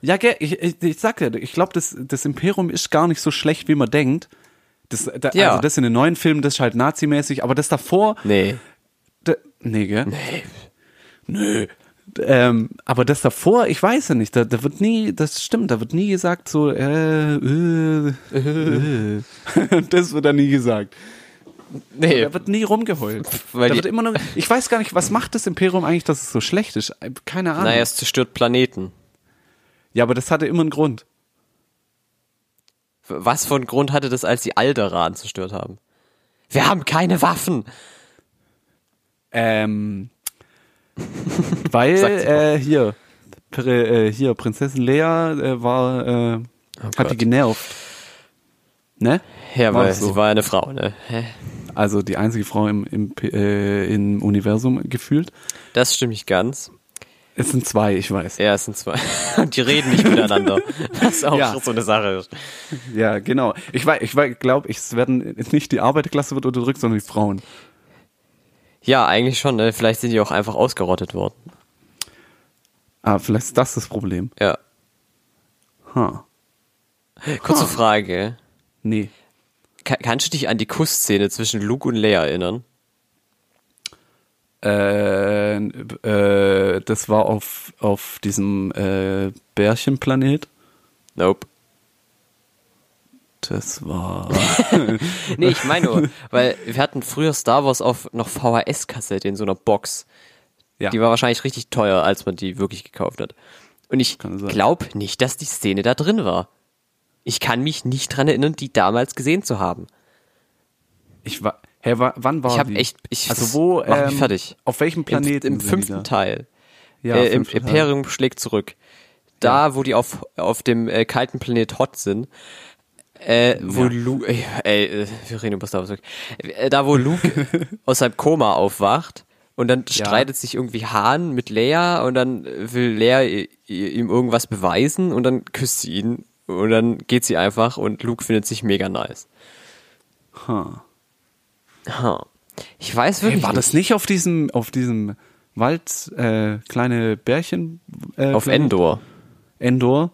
Speaker 1: Ja, gell, ich, ich, ich sag ja, ich glaube, das, das Imperium ist gar nicht so schlecht, wie man denkt. Das, da,
Speaker 2: Ja.
Speaker 1: Also das in den neuen Filmen, das ist halt nazimäßig, aber das davor,
Speaker 2: Nee.
Speaker 1: da, nee, gell? Nee. Nö. Ähm, aber das davor, ich weiß ja nicht, da, da wird nie, das stimmt, da wird nie gesagt so, äh, äh, *laughs* äh. das wird da nie gesagt.
Speaker 2: Nee,
Speaker 1: Da wird nie rumgeheult.
Speaker 2: Weil
Speaker 1: da
Speaker 2: die-
Speaker 1: wird immer nur, ich weiß gar nicht, was macht das Imperium eigentlich, dass es so schlecht ist? Äh, Keine Ahnung.
Speaker 2: naja, es zerstört Planeten.
Speaker 1: Ja, aber das hatte immer einen Grund.
Speaker 2: Was für einen Grund hatte das, als die Alderan zerstört haben? Wir haben keine Waffen. *laughs*
Speaker 1: Ähm, weil
Speaker 2: Sagt sie doch.
Speaker 1: äh, hier, Pr äh, hier Prinzessin Lea äh, war, äh, hat die
Speaker 2: Oh Gott.
Speaker 1: genervt. Ne?
Speaker 2: Ja,
Speaker 1: War
Speaker 2: weil
Speaker 1: doch so.
Speaker 2: sie war eine Frau, ne? Hä?
Speaker 1: Also die einzige Frau im, im, P- äh, im Universum gefühlt.
Speaker 2: Das stimmt nicht ganz.
Speaker 1: Es sind zwei, ich weiß.
Speaker 2: Ja, es sind zwei. *laughs* Und die reden nicht *laughs* miteinander. Was auch
Speaker 1: Ja.
Speaker 2: so eine Sache ist.
Speaker 1: Ja, genau. Ich weiß, ich glaube, ich es werden nicht die Arbeiterklasse wird unterdrückt, sondern die Frauen.
Speaker 2: Ja, eigentlich schon. Ne? Vielleicht sind die auch einfach ausgerottet worden.
Speaker 1: Ah, vielleicht ist das das Problem.
Speaker 2: Ja.
Speaker 1: Ha.
Speaker 2: Kurze Frage.
Speaker 1: Nee.
Speaker 2: Ka kannst du dich an die Kussszene zwischen Luke und Lea erinnern?
Speaker 1: Äh, äh, das war auf, auf diesem äh, Bärchenplanet.
Speaker 2: Nope.
Speaker 1: Das war.
Speaker 2: *laughs* Nee, ich meine *laughs* nur, weil wir hatten früher Star Wars auf noch VHS-Kassette in so einer Box.
Speaker 1: Ja.
Speaker 2: Die war wahrscheinlich richtig teuer, als man die wirklich gekauft hat. Und ich
Speaker 1: Kann sein.
Speaker 2: glaube nicht, dass die Szene da drin war. Ich kann mich nicht dran erinnern, die damals gesehen zu haben.
Speaker 1: Ich war. Hä, wa- wann war
Speaker 2: Ich habe
Speaker 1: die?
Speaker 2: echt, ich
Speaker 1: also wo?
Speaker 2: mach mich
Speaker 1: ähm,
Speaker 2: fertig.
Speaker 1: Auf welchem Planeten?
Speaker 2: Im, im
Speaker 1: sind die
Speaker 2: fünften
Speaker 1: da?
Speaker 2: Teil.
Speaker 1: Ja,
Speaker 2: äh, Im
Speaker 1: fünften Teil.
Speaker 2: Imperium schlägt zurück. Da, wo die auf, auf dem äh, kalten Planet Hot sind, äh, wo Luke, äh, ey, äh, wir reden über Star Wars. Äh, da,
Speaker 1: *laughs*
Speaker 2: wo Luke aus seinem Koma aufwacht und dann
Speaker 1: Ja.
Speaker 2: streitet sich irgendwie Hahn mit Leia und dann äh, will Leia i- i- ihm irgendwas beweisen und dann küsst sie ihn und dann geht sie einfach und Luke findet sich mega nice.
Speaker 1: Ha.
Speaker 2: Ha. Ich weiß wirklich
Speaker 1: Hey, war
Speaker 2: nicht.
Speaker 1: das nicht auf diesem, auf diesem Wald, äh, kleine Bärchen? Äh,
Speaker 2: auf
Speaker 1: Planet?
Speaker 2: Endor.
Speaker 1: Endor.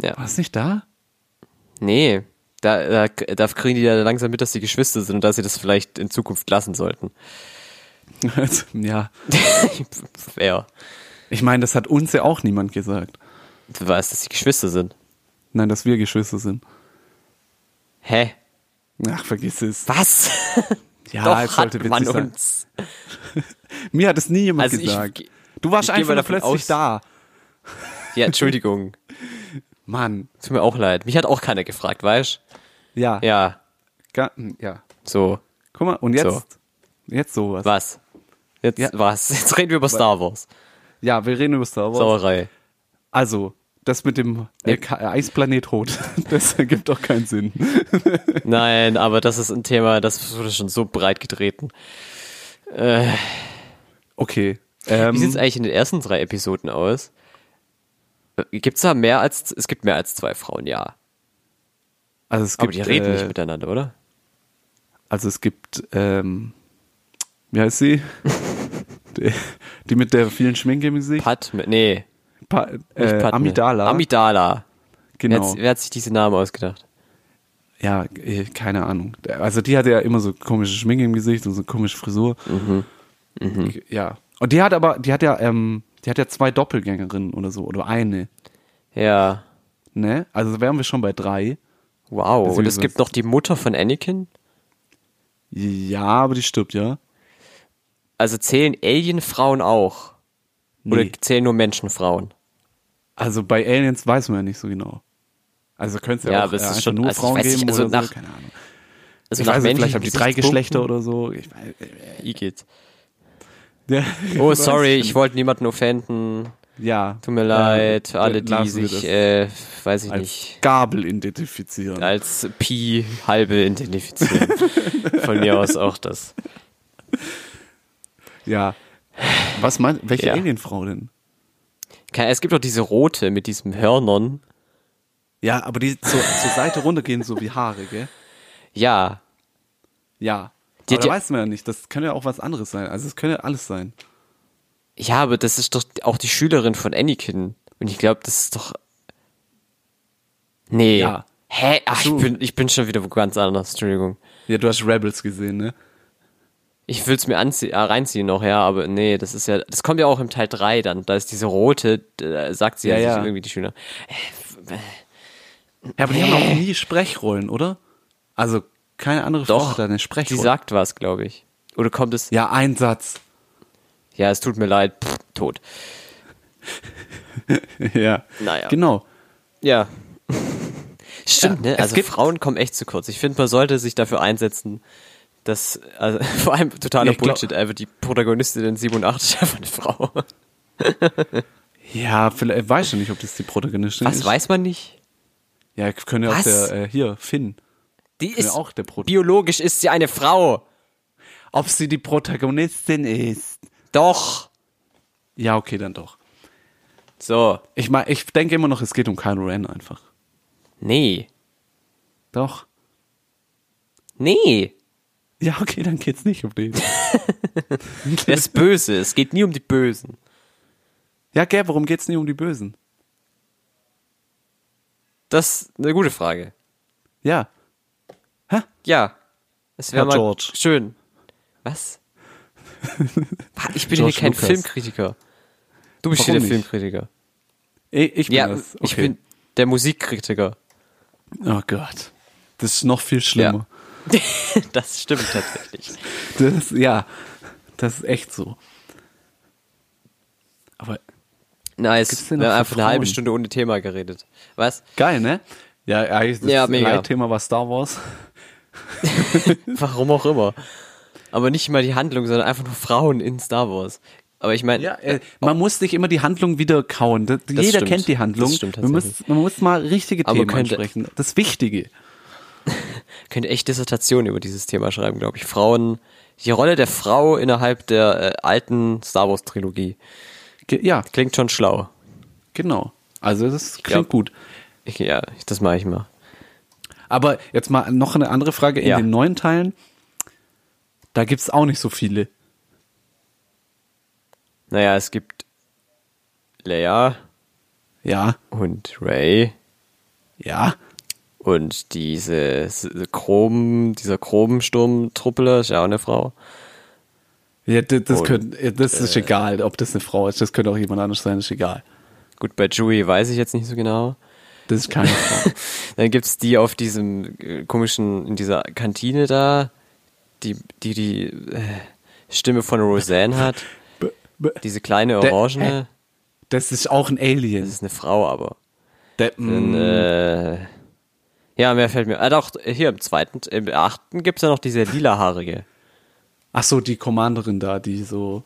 Speaker 2: Ja.
Speaker 1: War es nicht da? *laughs*
Speaker 2: Nee, da, da, da kriegen die ja langsam mit, dass die Geschwister sind und dass sie das vielleicht in Zukunft
Speaker 1: *laughs*
Speaker 2: lassen sollten.
Speaker 1: ja.
Speaker 2: ja,
Speaker 1: Ich meine, das hat uns ja auch niemand gesagt.
Speaker 2: du weißt, dass die Geschwister sind.
Speaker 1: Nein, dass wir Geschwister sind.
Speaker 2: Hä?
Speaker 1: Ach, vergiss es.
Speaker 2: Was?
Speaker 1: Ja,
Speaker 2: Doch
Speaker 1: Ah, es
Speaker 2: hat
Speaker 1: sollte witzig
Speaker 2: man
Speaker 1: sein.
Speaker 2: uns.
Speaker 1: Mir hat es nie jemand
Speaker 2: Also ich
Speaker 1: gesagt.
Speaker 2: ge-
Speaker 1: du warst
Speaker 2: ich gehe
Speaker 1: einfach
Speaker 2: mal
Speaker 1: nur
Speaker 2: davon
Speaker 1: plötzlich
Speaker 2: aus-
Speaker 1: da.
Speaker 2: Ja, Entschuldigung.
Speaker 1: Mann.
Speaker 2: Tut mir auch leid. Mich hat auch keiner gefragt, weißt?
Speaker 1: Ja.
Speaker 2: Ja,
Speaker 1: Ga- Ja.
Speaker 2: so.
Speaker 1: Guck mal, und jetzt,
Speaker 2: So.
Speaker 1: jetzt sowas.
Speaker 2: Was? Jetzt
Speaker 1: Ja.
Speaker 2: was? Jetzt reden wir über Star Wars.
Speaker 1: Ja, wir reden über Star Wars.
Speaker 2: Sauerei.
Speaker 1: Also, das mit dem äh, Ka- äh, Eisplanet Rot, *laughs* das ergibt auch keinen Sinn.
Speaker 2: Nein, aber das ist ein Thema, das wurde schon so breit getreten.
Speaker 1: Okay. Ähm,
Speaker 2: Wie sieht's eigentlich in den ersten drei Episoden aus? Äh, Gibt's da mehr als es gibt mehr als zwei Frauen, ja.
Speaker 1: also es gibt,
Speaker 2: Aber die reden
Speaker 1: äh,
Speaker 2: nicht miteinander, oder?
Speaker 1: Also es gibt, ähm, wie heißt
Speaker 2: *laughs*
Speaker 1: sie? die, die mit der vielen Schminke im Gesicht?
Speaker 2: Padme, nee,
Speaker 1: Pa
Speaker 2: nicht
Speaker 1: äh,
Speaker 2: Padme.
Speaker 1: Amidala.
Speaker 2: Amidala. Wer,
Speaker 1: genau.
Speaker 2: hat, wer hat sich diesen Namen ausgedacht?
Speaker 1: Ja, äh, keine Ahnung. Also die hatte ja immer so komische Schminke im Gesicht und so komische Frisur.
Speaker 2: Mhm.
Speaker 1: Ja. Und die hat aber, die hat ja, ähm, die hat ja zwei Doppelgängerinnen oder so, oder eine.
Speaker 2: Ja,
Speaker 1: Ne? Also wären wir schon bei drei.
Speaker 2: wow. Und es
Speaker 1: Beziehungsweise-
Speaker 2: gibt noch die Mutter von Anakin.
Speaker 1: Ja, aber die stirbt, ja.
Speaker 2: Also zählen Alien-Frauen auch? Oder
Speaker 1: Nee.
Speaker 2: zählen nur Menschenfrauen?
Speaker 1: Also bei Aliens weiß man ja nicht so genau. Also könnte es ja,
Speaker 2: Ja,
Speaker 1: auch
Speaker 2: aber
Speaker 1: äh,
Speaker 2: es ist
Speaker 1: einfach
Speaker 2: schon-
Speaker 1: nur
Speaker 2: also ich
Speaker 1: Frauen
Speaker 2: weiß nicht,
Speaker 1: geben
Speaker 2: also
Speaker 1: oder so,
Speaker 2: nach-
Speaker 1: keine Ahnung.
Speaker 2: Also
Speaker 1: Ich
Speaker 2: nach
Speaker 1: weiß nicht, vielleicht
Speaker 2: menschlichen
Speaker 1: haben die drei
Speaker 2: Gesichtspunkten?
Speaker 1: Geschlechter oder so. Ich weiß,
Speaker 2: Igitt.
Speaker 1: ja,
Speaker 2: *laughs* Oh,
Speaker 1: weiß
Speaker 2: sorry,
Speaker 1: nicht.
Speaker 2: ich wollte niemanden offenden.
Speaker 1: Ja.
Speaker 2: Tut mir
Speaker 1: äh,
Speaker 2: leid, für alle, die
Speaker 1: lassen wir das
Speaker 2: sich, äh, weiß ich
Speaker 1: als
Speaker 2: nicht,
Speaker 1: Gabel identifizieren.
Speaker 2: als Pi halbe
Speaker 1: *laughs*
Speaker 2: identifizieren. von mir aus auch das.
Speaker 1: Ja. Was meint, welche
Speaker 2: Ja.
Speaker 1: Alienfrau denn?
Speaker 2: Ke- Es gibt doch diese rote mit diesem Hörnern.
Speaker 1: Ja, aber die zur, zur Seite runtergehen, so wie Haare, gell?
Speaker 2: Ja,
Speaker 1: Ja.
Speaker 2: Die
Speaker 1: Aber
Speaker 2: hat
Speaker 1: da
Speaker 2: ja-
Speaker 1: weiß man ja nicht, das könnte ja auch was anderes sein. Also es könnte ja alles sein.
Speaker 2: Ja, aber das ist doch auch die Schülerin von Anakin. Und ich glaube, das ist doch. Nee.
Speaker 1: Ja.
Speaker 2: Hä? Ach,
Speaker 1: so.
Speaker 2: ich bin, ich bin schon wieder wo ganz anders, Entschuldigung.
Speaker 1: Ja, du hast Rebels gesehen, ne?
Speaker 2: Ich will es mir anzie- äh, reinziehen noch, ja, aber nee, das ist ja, das kommt ja auch im Teil 3 dann. Da ist diese rote, äh, sagt sie ja,
Speaker 1: Ja,
Speaker 2: ja.
Speaker 1: ja.
Speaker 2: irgendwie die Schüler.
Speaker 1: Ja, aber die haben auch nie Sprechrollen, oder? Also keine andere Frau hat da eine
Speaker 2: die
Speaker 1: Sprechrolle.
Speaker 2: sagt was, glaube ich. Oder kommt es,
Speaker 1: Ja, ein Satz. *laughs*
Speaker 2: ja, es tut mir leid, pff, tot.
Speaker 1: ja.
Speaker 2: Naja.
Speaker 1: Genau.
Speaker 2: Ja. *laughs* Stimmt,
Speaker 1: Ja,
Speaker 2: ne?
Speaker 1: es
Speaker 2: Also
Speaker 1: gibt-
Speaker 2: Frauen kommen echt zu kurz. Ich finde, man sollte sich dafür einsetzen, dass, also, *laughs* vor allem totaler
Speaker 1: Ja, ich glaub-
Speaker 2: Bullshit, einfach die Protagonistin in *laughs* 87 einfach eine Frau.
Speaker 1: Ja, vielleicht weiß ich nicht, ob das die Protagonistin
Speaker 2: Was
Speaker 1: ist.
Speaker 2: weiß man nicht?
Speaker 1: Ja, könnte auch
Speaker 2: Was?
Speaker 1: der äh, hier Finn.
Speaker 2: Die ist,
Speaker 1: auch der Protagonist.
Speaker 2: biologisch ist sie eine Frau.
Speaker 1: Ob sie die Protagonistin ist?
Speaker 2: Doch.
Speaker 1: Ja, okay, dann doch.
Speaker 2: So.
Speaker 1: Ich meine, ich denke immer noch, es geht um Kylo Ren einfach.
Speaker 2: Nee.
Speaker 1: Doch.
Speaker 2: Nee.
Speaker 1: Ja, okay, dann geht's nicht um *laughs* den.
Speaker 2: Der ist böse. Es geht nie um die Bösen.
Speaker 1: ja, gell, warum geht's nicht um die Bösen?
Speaker 2: Das ist eine gute Frage.
Speaker 1: Ja.
Speaker 2: Ja. Es wäre
Speaker 1: Herr
Speaker 2: mal
Speaker 1: George.
Speaker 2: schön. *laughs* Was? Ich bin
Speaker 1: George
Speaker 2: hier kein
Speaker 1: Lucas.
Speaker 2: Filmkritiker. Du bist
Speaker 1: Warum
Speaker 2: hier der
Speaker 1: nicht?
Speaker 2: Filmkritiker.
Speaker 1: Ich, eh, ich bin
Speaker 2: Ja,
Speaker 1: das. Okay.
Speaker 2: ich bin der Musikkritiker.
Speaker 1: Oh Gott. Das ist noch viel schlimmer.
Speaker 2: *laughs* das stimmt tatsächlich.
Speaker 1: Ja. Das, ja, das ist echt so. Aber Gibt's
Speaker 2: Nice.
Speaker 1: denn
Speaker 2: Wir
Speaker 1: noch
Speaker 2: haben
Speaker 1: für
Speaker 2: einfach eine halbe
Speaker 1: Frauen?
Speaker 2: Stunde ohne Thema geredet. Was?
Speaker 1: geil, ne? Ja, eigentlich das
Speaker 2: Ja, mega.
Speaker 1: Leitthema war Star Wars.
Speaker 2: Warum auch immer. Aber nicht mal die Handlung, sondern einfach nur Frauen in Star Wars. Aber ich meine,
Speaker 1: Ja, äh, man muss nicht immer die Handlung wieder kauen. Das, jeder
Speaker 2: oh. stimmt.
Speaker 1: kennt die Handlung.
Speaker 2: Das stimmt
Speaker 1: man, muss, man muss mal richtige
Speaker 2: Aber
Speaker 1: Themen
Speaker 2: könnte-
Speaker 1: ansprechen. Das Wichtige.
Speaker 2: könnte echt Dissertationen über dieses Thema schreiben, glaube ich. Frauen, die Rolle der Frau innerhalb der äh, alten Star Wars Trilogie.
Speaker 1: Ge ja,
Speaker 2: Klingt schon schlau.
Speaker 1: genau. Also das klingt
Speaker 2: glaub-
Speaker 1: gut.
Speaker 2: Ich, ja, ich- das mache ich mal.
Speaker 1: Aber jetzt mal noch eine andere Frage. In
Speaker 2: Ja.
Speaker 1: den neuen Teilen, da gibt's auch nicht so viele.
Speaker 2: Naja, es gibt Leia
Speaker 1: Ja,
Speaker 2: und Ray
Speaker 1: ja.
Speaker 2: und diese S- Chrom, dieser Chromsturmtruppler ist ja auch eine Frau.
Speaker 1: Ja, das, das,
Speaker 2: Und, äh,
Speaker 1: können, das ist egal, ob das eine Frau ist. Das könnte auch jemand anders sein, ist egal.
Speaker 2: Gut, bei Chewie weiß ich jetzt nicht so genau.
Speaker 1: Das ist keine
Speaker 2: *laughs*
Speaker 1: Frau.
Speaker 2: Dann gibt's die auf diesem äh, komischen, in dieser Kantine da, die die, die äh, Stimme von Roseanne hat.
Speaker 1: B- b-
Speaker 2: Diese kleine
Speaker 1: Der-
Speaker 2: Orangene.
Speaker 1: das ist auch ein
Speaker 2: Das
Speaker 1: Alien.
Speaker 2: ist eine Frau, aber.
Speaker 1: Der, mm,
Speaker 2: Dann, äh, ja, mehr fällt mir. Ah, doch, hier im zweiten, im achten gibt's ja noch diese lilahaarige.
Speaker 1: ach so, die Commanderin da, die so,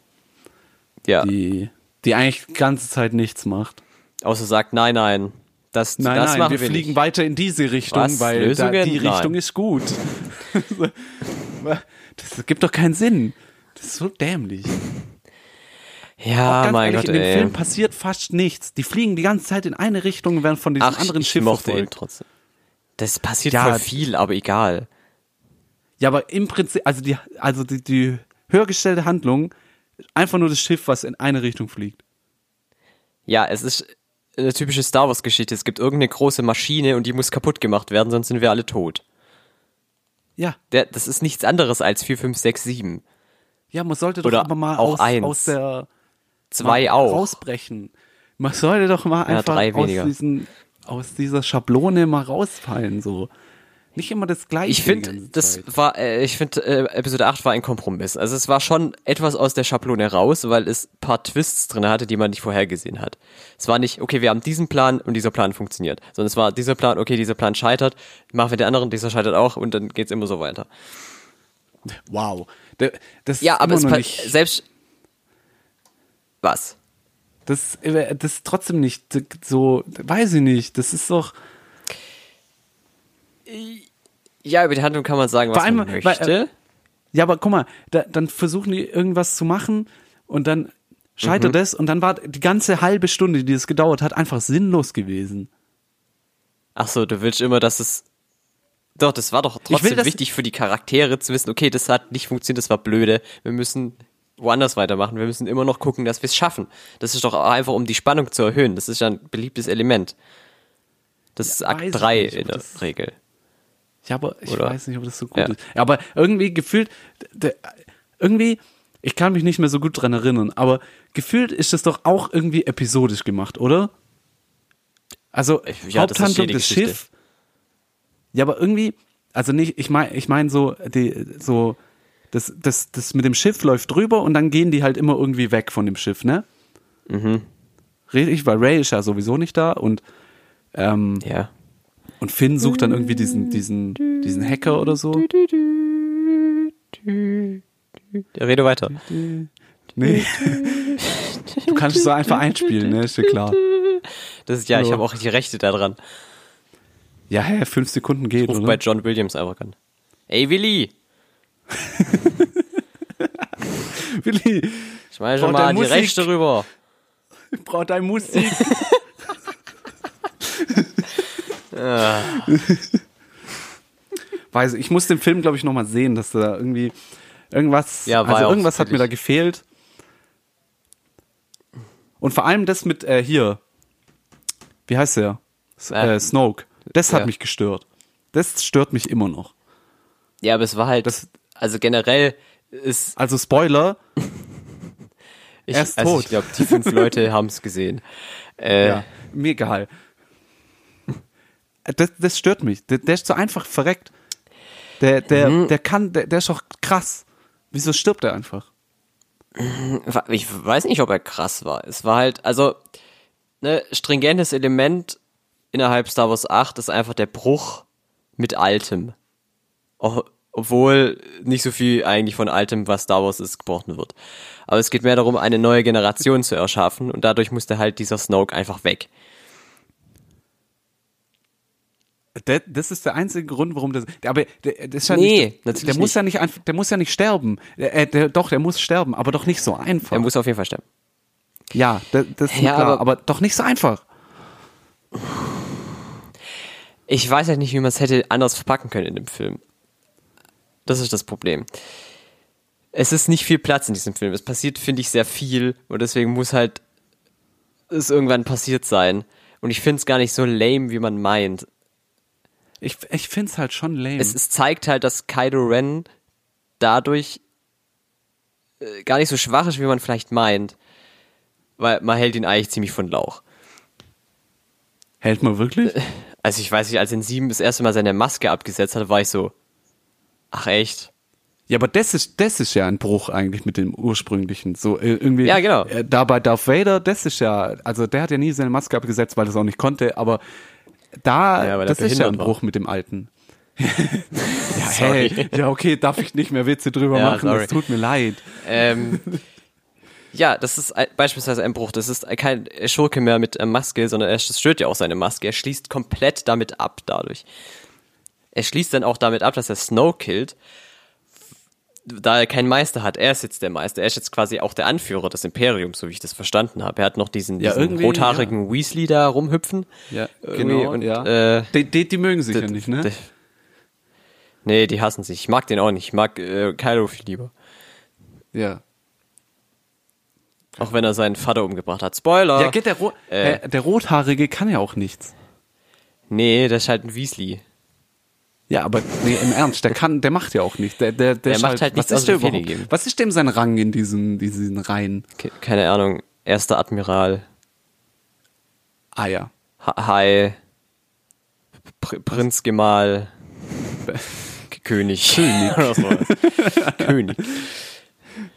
Speaker 2: Ja.
Speaker 1: die, die eigentlich die ganze Zeit nichts macht.
Speaker 2: Außer sagt, nein, nein. Das,
Speaker 1: Nein,
Speaker 2: das
Speaker 1: nein,
Speaker 2: machen
Speaker 1: wir
Speaker 2: wir,
Speaker 1: fliegen
Speaker 2: nicht.
Speaker 1: weiter in diese Richtung,
Speaker 2: Was?
Speaker 1: weil da, die
Speaker 2: Lösungen? Nein.
Speaker 1: Richtung ist
Speaker 2: *laughs*
Speaker 1: gut. das gibt doch keinen Sinn. Das ist so dämlich.
Speaker 2: Ja,
Speaker 1: Ganz
Speaker 2: Ah, mein
Speaker 1: ehrlich,
Speaker 2: Gott,
Speaker 1: in dem
Speaker 2: ey.
Speaker 1: Film passiert fast nichts. Die fliegen die ganze Zeit in eine Richtung und werden von diesem
Speaker 2: Ach,
Speaker 1: anderen
Speaker 2: ich
Speaker 1: Schiff
Speaker 2: mochte ihn
Speaker 1: verfolgt.
Speaker 2: trotzdem. Das passiert
Speaker 1: Ja.
Speaker 2: voll viel, aber egal.
Speaker 1: Ja, aber im Prinzip, also die, also die, die höhergestellte Handlung, einfach nur das Schiff, was in eine Richtung fliegt.
Speaker 2: Ja, es ist eine typische Star Wars Geschichte. Es gibt irgendeine große Maschine und die muss kaputt gemacht werden, sonst sind wir alle tot.
Speaker 1: Ja,
Speaker 2: Der, das ist nichts anderes als 4, 5, 6, 7.
Speaker 1: ja, man sollte doch
Speaker 2: Oder
Speaker 1: aber mal
Speaker 2: auch
Speaker 1: aus,
Speaker 2: eins.
Speaker 1: aus der
Speaker 2: Zwei
Speaker 1: mal
Speaker 2: auch.
Speaker 1: rausbrechen. Man sollte doch mal einfach
Speaker 2: drei
Speaker 1: aus,
Speaker 2: weniger.
Speaker 1: diesen, aus dieser Schablone mal rausfallen, so. Nicht immer das Gleiche.
Speaker 2: Ich
Speaker 1: die
Speaker 2: finde,
Speaker 1: ganze
Speaker 2: das
Speaker 1: Zeit.
Speaker 2: war, äh, ich finde, äh, Episode 8 war ein Kompromiss. Also es war schon etwas aus der Schablone raus, weil es ein paar Twists drin hatte, die man nicht vorhergesehen hat. Es war nicht, okay, wir haben diesen Plan und dieser Plan funktioniert. Sondern es war dieser Plan, okay, dieser Plan scheitert, machen wir den anderen, dieser scheitert auch und dann geht's immer so weiter.
Speaker 1: Wow. Da- Das
Speaker 2: Ja,
Speaker 1: ist
Speaker 2: aber
Speaker 1: immer
Speaker 2: es
Speaker 1: noch
Speaker 2: pa-
Speaker 1: nicht,
Speaker 2: selbst, was?
Speaker 1: das, äh, das ist trotzdem nicht so, weiß ich nicht, das ist doch,
Speaker 2: Ja, über die Handlung kann man sagen, was
Speaker 1: Vor allem,
Speaker 2: man
Speaker 1: weil,
Speaker 2: möchte.
Speaker 1: äh, Ja, aber guck mal, da, dann versuchen die irgendwas zu machen und dann scheitert
Speaker 2: Mhm.
Speaker 1: es und dann war die ganze halbe Stunde, die es gedauert hat, einfach sinnlos gewesen.
Speaker 2: Ach so, du willst immer, dass es. Doch, das war doch
Speaker 1: will,
Speaker 2: trotzdem
Speaker 1: dass-
Speaker 2: wichtig für die Charaktere zu wissen, okay, das hat nicht funktioniert, das war blöde. Wir müssen woanders weitermachen. Wir müssen immer noch gucken, dass wir es schaffen. Das ist doch auch einfach, um die Spannung zu erhöhen. Das ist ja ein beliebtes Element. Das ist
Speaker 1: weiß ich
Speaker 2: Akt 3
Speaker 1: nicht, ob
Speaker 2: in der
Speaker 1: das-
Speaker 2: Regel.
Speaker 1: Ja, aber ich
Speaker 2: Oder?
Speaker 1: weiß nicht, ob das so gut
Speaker 2: Ja.
Speaker 1: ist. Aber irgendwie gefühlt, d- irgendwie, ich kann mich nicht mehr so gut dran erinnern, aber gefühlt ist es doch auch irgendwie episodisch gemacht, oder? Also
Speaker 2: Ja, das ist
Speaker 1: Haupthandlung
Speaker 2: jede
Speaker 1: des
Speaker 2: Geschichte.
Speaker 1: Schiff. Ja, aber irgendwie, also nicht, ich meine, ich meine so, die, so, das, das, das mit dem Schiff läuft drüber und dann gehen die halt immer irgendwie weg von dem Schiff, ne? Mhm. Richtig, weil Ray ist ja sowieso nicht da und, ähm,
Speaker 2: Ja.
Speaker 1: und Finn sucht dann irgendwie diesen, diesen, diesen Hacker oder so.
Speaker 2: Rede weiter.
Speaker 1: Nee. Du kannst es so einfach einspielen, ne? Ist dir klar.
Speaker 2: Das ist ja, ich
Speaker 1: Ja.
Speaker 2: habe auch die Rechte daran.
Speaker 1: Ja, hä, fünf Sekunden geht,
Speaker 2: Ruf
Speaker 1: oder?
Speaker 2: bei John Williams einfach an. Ey, Willi!
Speaker 1: Willi,
Speaker 2: Schmeiß schon
Speaker 1: Braucht
Speaker 2: mal
Speaker 1: er
Speaker 2: die
Speaker 1: Musik?
Speaker 2: Rechte rüber.
Speaker 1: ich brauche deine Musik. Weiß ich, ich muss den Film, glaube ich, nochmal sehen, dass da irgendwie irgendwas,
Speaker 2: Ja, war ja
Speaker 1: also
Speaker 2: auch
Speaker 1: irgendwas hat mir
Speaker 2: völlig-
Speaker 1: da gefehlt. Und vor allem das mit, äh, hier, wie heißt der? S
Speaker 2: Ah.
Speaker 1: äh, Snoke. Das hat
Speaker 2: Ja.
Speaker 1: mich gestört. Das stört mich immer noch.
Speaker 2: Ja, aber es war halt,
Speaker 1: Das-
Speaker 2: also generell ist,
Speaker 1: Also Spoiler,
Speaker 2: ich,
Speaker 1: Er ist
Speaker 2: also ich
Speaker 1: tot.
Speaker 2: glaube, die fünf
Speaker 1: *laughs*
Speaker 2: Leute haben es gesehen. Äh,
Speaker 1: Ja, mir egal. Das, das stört mich. Der, der ist so einfach verreckt. Der, der, der kann, der, der ist doch krass. Wieso stirbt er einfach?
Speaker 2: wa- ich weiß nicht, ob er krass war. Es war halt, also, ne, stringentes Element innerhalb Star Wars 8 ist einfach der Bruch mit Altem. Auch, obwohl nicht so viel eigentlich von Altem, was Star Wars ist, gebrochen wird. Aber es geht mehr darum, eine neue Generation zu erschaffen und dadurch musste halt dieser Snoke einfach weg.
Speaker 1: Der, das ist der einzige Grund, warum das. Aber der, das ist ja
Speaker 2: Nee,
Speaker 1: nicht,
Speaker 2: natürlich
Speaker 1: der muss
Speaker 2: nicht.
Speaker 1: ja nicht einfach, der muss ja nicht sterben. Äh, der, doch, der muss sterben, aber doch nicht so einfach.
Speaker 2: Er muss auf jeden Fall sterben.
Speaker 1: ja, das, das ist mir
Speaker 2: Ja,
Speaker 1: klar,
Speaker 2: aber-
Speaker 1: aber, doch nicht so einfach.
Speaker 2: Ich weiß halt nicht, wie man es hätte anders verpacken können in dem Film. Das ist das Problem. Es ist nicht viel Platz in diesem Film. Es passiert, finde ich, sehr viel und deswegen muss halt es irgendwann passiert sein. Und ich finde es gar nicht so lame, wie man meint.
Speaker 1: Ich, ich find's halt schon lame.
Speaker 2: Es, es zeigt halt, dass Kylo Ren dadurch äh, gar nicht so schwach ist, wie man vielleicht meint. Weil man hält ihn eigentlich ziemlich von Lauch.
Speaker 1: Hält man *laughs* wirklich?
Speaker 2: Also ich weiß nicht, als er in sieben das erste Mal seine Maske abgesetzt hat, war ich so, ach echt?
Speaker 1: Ja, aber das ist, das ist ja ein Bruch eigentlich mit dem ursprünglichen. So äh, irgendwie.
Speaker 2: Ja, genau.
Speaker 1: äh, Da bei Darth Vader, das ist ja, also der hat ja nie seine Maske abgesetzt, weil er es auch nicht konnte, aber da,
Speaker 2: Ja, weil er
Speaker 1: das ist ja ein
Speaker 2: behindert war.
Speaker 1: Bruch mit dem Alten. *laughs*
Speaker 2: *laughs*
Speaker 1: ja,
Speaker 2: Sorry.
Speaker 1: hey, ja, okay, darf ich nicht mehr Witze drüber
Speaker 2: Ja,
Speaker 1: machen,
Speaker 2: sorry.
Speaker 1: es tut mir leid.
Speaker 2: ähm, ja, das ist ein, beispielsweise ein Bruch. Das ist kein Schurke mehr mit äh, Maske, sondern er zerstört ja auch seine Maske. Er schließt komplett damit ab dadurch. Er schließt dann auch damit ab, dass er Snow killt, da er keinen Meister hat. Er ist jetzt der Meister. Er ist jetzt quasi auch der Anführer des Imperiums, so wie ich das verstanden habe. Er hat noch diesen,
Speaker 1: Ja,
Speaker 2: diesen
Speaker 1: irgendwie,
Speaker 2: rothaarigen Weasley da rumhüpfen.
Speaker 1: Ja,
Speaker 2: Irgendwie
Speaker 1: genau,
Speaker 2: Und,
Speaker 1: ja.
Speaker 2: äh,
Speaker 1: die, die, die mögen sich ja nicht, ne?
Speaker 2: d- Nee, die hassen sich. Ich mag den auch nicht. Ich mag äh, Kylo viel lieber.
Speaker 1: Ja.
Speaker 2: Auch wenn er seinen Vater umgebracht hat. Spoiler!
Speaker 1: Ja, geht der, Ro
Speaker 2: Ah, Äh.
Speaker 1: Hä, der Rothaarige kann ja auch nichts.
Speaker 2: nee, das ist halt ein Weasley.
Speaker 1: Ja, aber nee, im Ernst, der kann, der macht ja auch nichts. Der, der, der,
Speaker 2: Der
Speaker 1: ist
Speaker 2: macht halt nichts
Speaker 1: was ist, der
Speaker 2: außer Befehle
Speaker 1: überhaupt,
Speaker 2: geben.
Speaker 1: was ist dem sein Rang in diesen, diesen Reihen?
Speaker 2: Ke- Keine Ahnung. Erster Admiral.
Speaker 1: Ah ja.
Speaker 2: Ha- Hai. Pr Prinz Gemahl. K- König. *laughs* König. Oder sowas. König.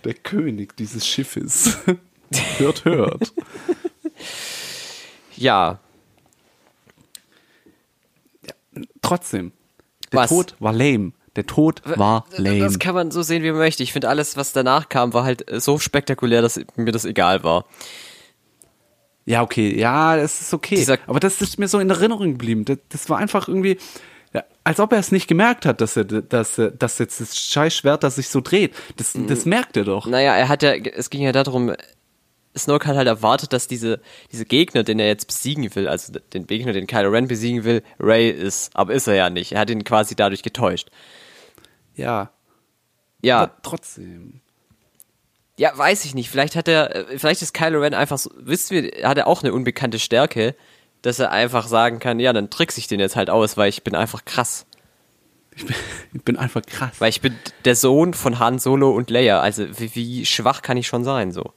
Speaker 1: Der König dieses Schiffes. *laughs* hört, hört.
Speaker 2: Ja.
Speaker 1: Trotzdem, der
Speaker 2: Was?
Speaker 1: Tod war lame. Der Tod war lame.
Speaker 2: Das kann man so sehen, wie man möchte. Ich finde, alles, was danach kam, war halt äh, so spektakulär, dass mir das egal war.
Speaker 1: Ja, okay, ja, das ist okay.
Speaker 2: Dieser-
Speaker 1: aber das ist mir so in Erinnerung geblieben. Das, das war einfach irgendwie, ja, als ob er es nicht gemerkt hat, dass er, dass, er- dass jetzt das Scheißschwert, das sich so dreht. Das, das
Speaker 2: Mhm.
Speaker 1: merkt er doch.
Speaker 2: Naja, er hat ja, es ging ja darum, Snoke hat halt erwartet, dass diese, diese Gegner, den er jetzt besiegen will, also den Gegner, den Kylo Ren besiegen will, Ray ist. Aber ist er ja nicht. Er hat ihn quasi dadurch getäuscht.
Speaker 1: Ja,
Speaker 2: Ja,
Speaker 1: aber trotzdem.
Speaker 2: ja, weiß ich nicht. Vielleicht hat er, äh, vielleicht ist Kylo Ren einfach so, wisst ihr, hat er auch eine unbekannte Stärke, dass er einfach sagen kann, ja, dann trickse ich den jetzt halt aus, weil ich bin einfach krass.
Speaker 1: Ich bin, *laughs* ich bin einfach krass.
Speaker 2: Weil ich bin der Sohn von Han Solo und Leia. Also wie, wie schwach kann ich schon sein so?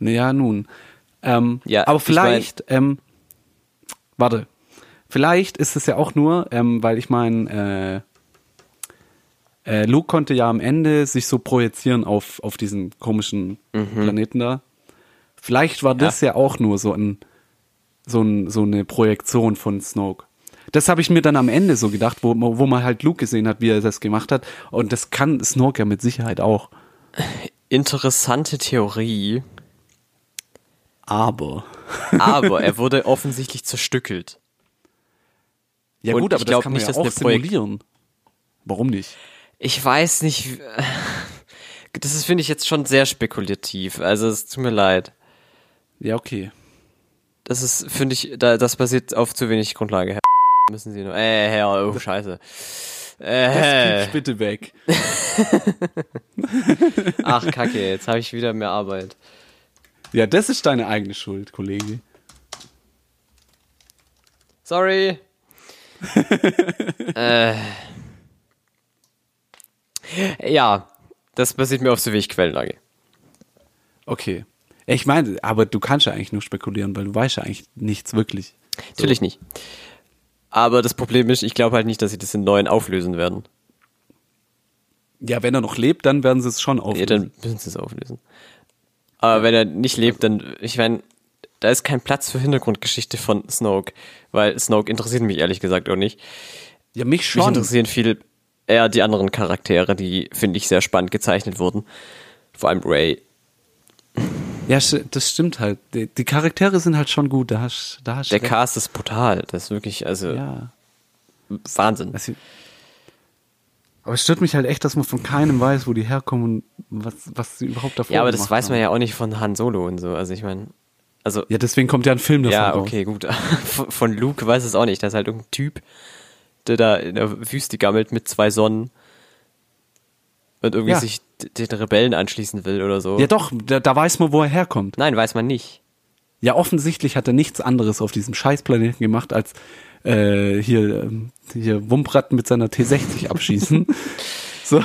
Speaker 1: Naja, nun. Ähm,
Speaker 2: Ja,
Speaker 1: aber
Speaker 2: ich mein-
Speaker 1: vielleicht, ähm, warte, vielleicht ist es ja auch nur, ähm, weil ich meine, äh, äh, Luke konnte ja am Ende sich so projizieren auf, auf diesen komischen
Speaker 2: Mhm.
Speaker 1: Planeten da. Vielleicht war das ja auch nur so, ein, so, ein, so eine Projektion von Snoke. Das habe ich mir dann am Ende so gedacht, wo, man- wo man halt Luke gesehen hat, wie er das gemacht hat. Und das kann Snoke ja mit Sicherheit auch.
Speaker 2: Interessante Theorie,
Speaker 1: Aber.
Speaker 2: aber er wurde offensichtlich zerstückelt.
Speaker 1: Ja
Speaker 2: Und
Speaker 1: gut,
Speaker 2: ich
Speaker 1: aber das
Speaker 2: glaub
Speaker 1: kann man
Speaker 2: nicht,
Speaker 1: ja
Speaker 2: dass
Speaker 1: auch
Speaker 2: eine Projekt-
Speaker 1: simulieren. Warum nicht?
Speaker 2: Ich weiß nicht. wie- *laughs* Das ist, finde ich, jetzt schon sehr spekulativ. Also es tut mir leid.
Speaker 1: Ja, okay.
Speaker 2: Das ist, finde ich, da, das basiert auf zu wenig Grundlage. Herr *laughs* müssen Sie nur. Äh, Herr, oh, scheiße. Äh,
Speaker 1: Piep's bitte weg.
Speaker 2: ach, kacke, jetzt habe ich wieder mehr Arbeit.
Speaker 1: Ja, das ist deine eigene Schuld, Kollege.
Speaker 2: Sorry. äh, ja, das basiert mir auf zu wenig Quellenlage.
Speaker 1: Okay. Ja, Ich meine, aber du kannst ja eigentlich nur spekulieren, weil du weißt ja eigentlich nichts wirklich.
Speaker 2: Natürlich nicht. Aber das Problem ist, ich glaube halt nicht, dass sie das in neuen auflösen werden.
Speaker 1: Ja, wenn er noch lebt, dann werden sie es schon
Speaker 2: Ja,
Speaker 1: auflösen.
Speaker 2: dann müssen sie es auflösen. Aber wenn er nicht lebt, dann, ich meine, da ist kein Platz für Hintergrundgeschichte von Snoke, weil Snoke interessiert mich ehrlich gesagt auch nicht.
Speaker 1: ja, mich
Speaker 2: Mich
Speaker 1: schon.
Speaker 2: interessieren viel eher die anderen Charaktere, die, finde ich, sehr spannend gezeichnet wurden. Vor allem Ray.
Speaker 1: Ja, sch- das stimmt halt. Die, die Charaktere sind halt schon gut. Da hast da hast
Speaker 2: Der
Speaker 1: recht.
Speaker 2: Cast ist brutal. Das ist wirklich, also,
Speaker 1: Ja.
Speaker 2: Wahnsinn.
Speaker 1: Also, aber es stört mich halt echt, dass man von keinem weiß, wo die herkommen und was, was sie überhaupt davor
Speaker 2: Ja, aber das
Speaker 1: gemacht
Speaker 2: weiß
Speaker 1: haben.
Speaker 2: man ja auch nicht von Han Solo und so. Also, ich meine, also,
Speaker 1: Ja, deswegen kommt ja ein Film davon
Speaker 2: Ja,
Speaker 1: raus.
Speaker 2: okay, gut. *laughs* Von von Luke weiß es auch nicht. Das ist halt irgendein Typ, der da in der Wüste gammelt mit zwei Sonnen und irgendwie
Speaker 1: Ja.
Speaker 2: sich d- den Rebellen anschließen will oder so.
Speaker 1: Ja, doch, da, da weiß man, wo er herkommt.
Speaker 2: Nein, weiß man nicht.
Speaker 1: Ja, offensichtlich hat er nichts anderes auf diesem Scheißplaneten gemacht, als äh, hier, ähm, hier Wumpratten mit seiner T60
Speaker 2: *laughs*
Speaker 1: abschießen. so,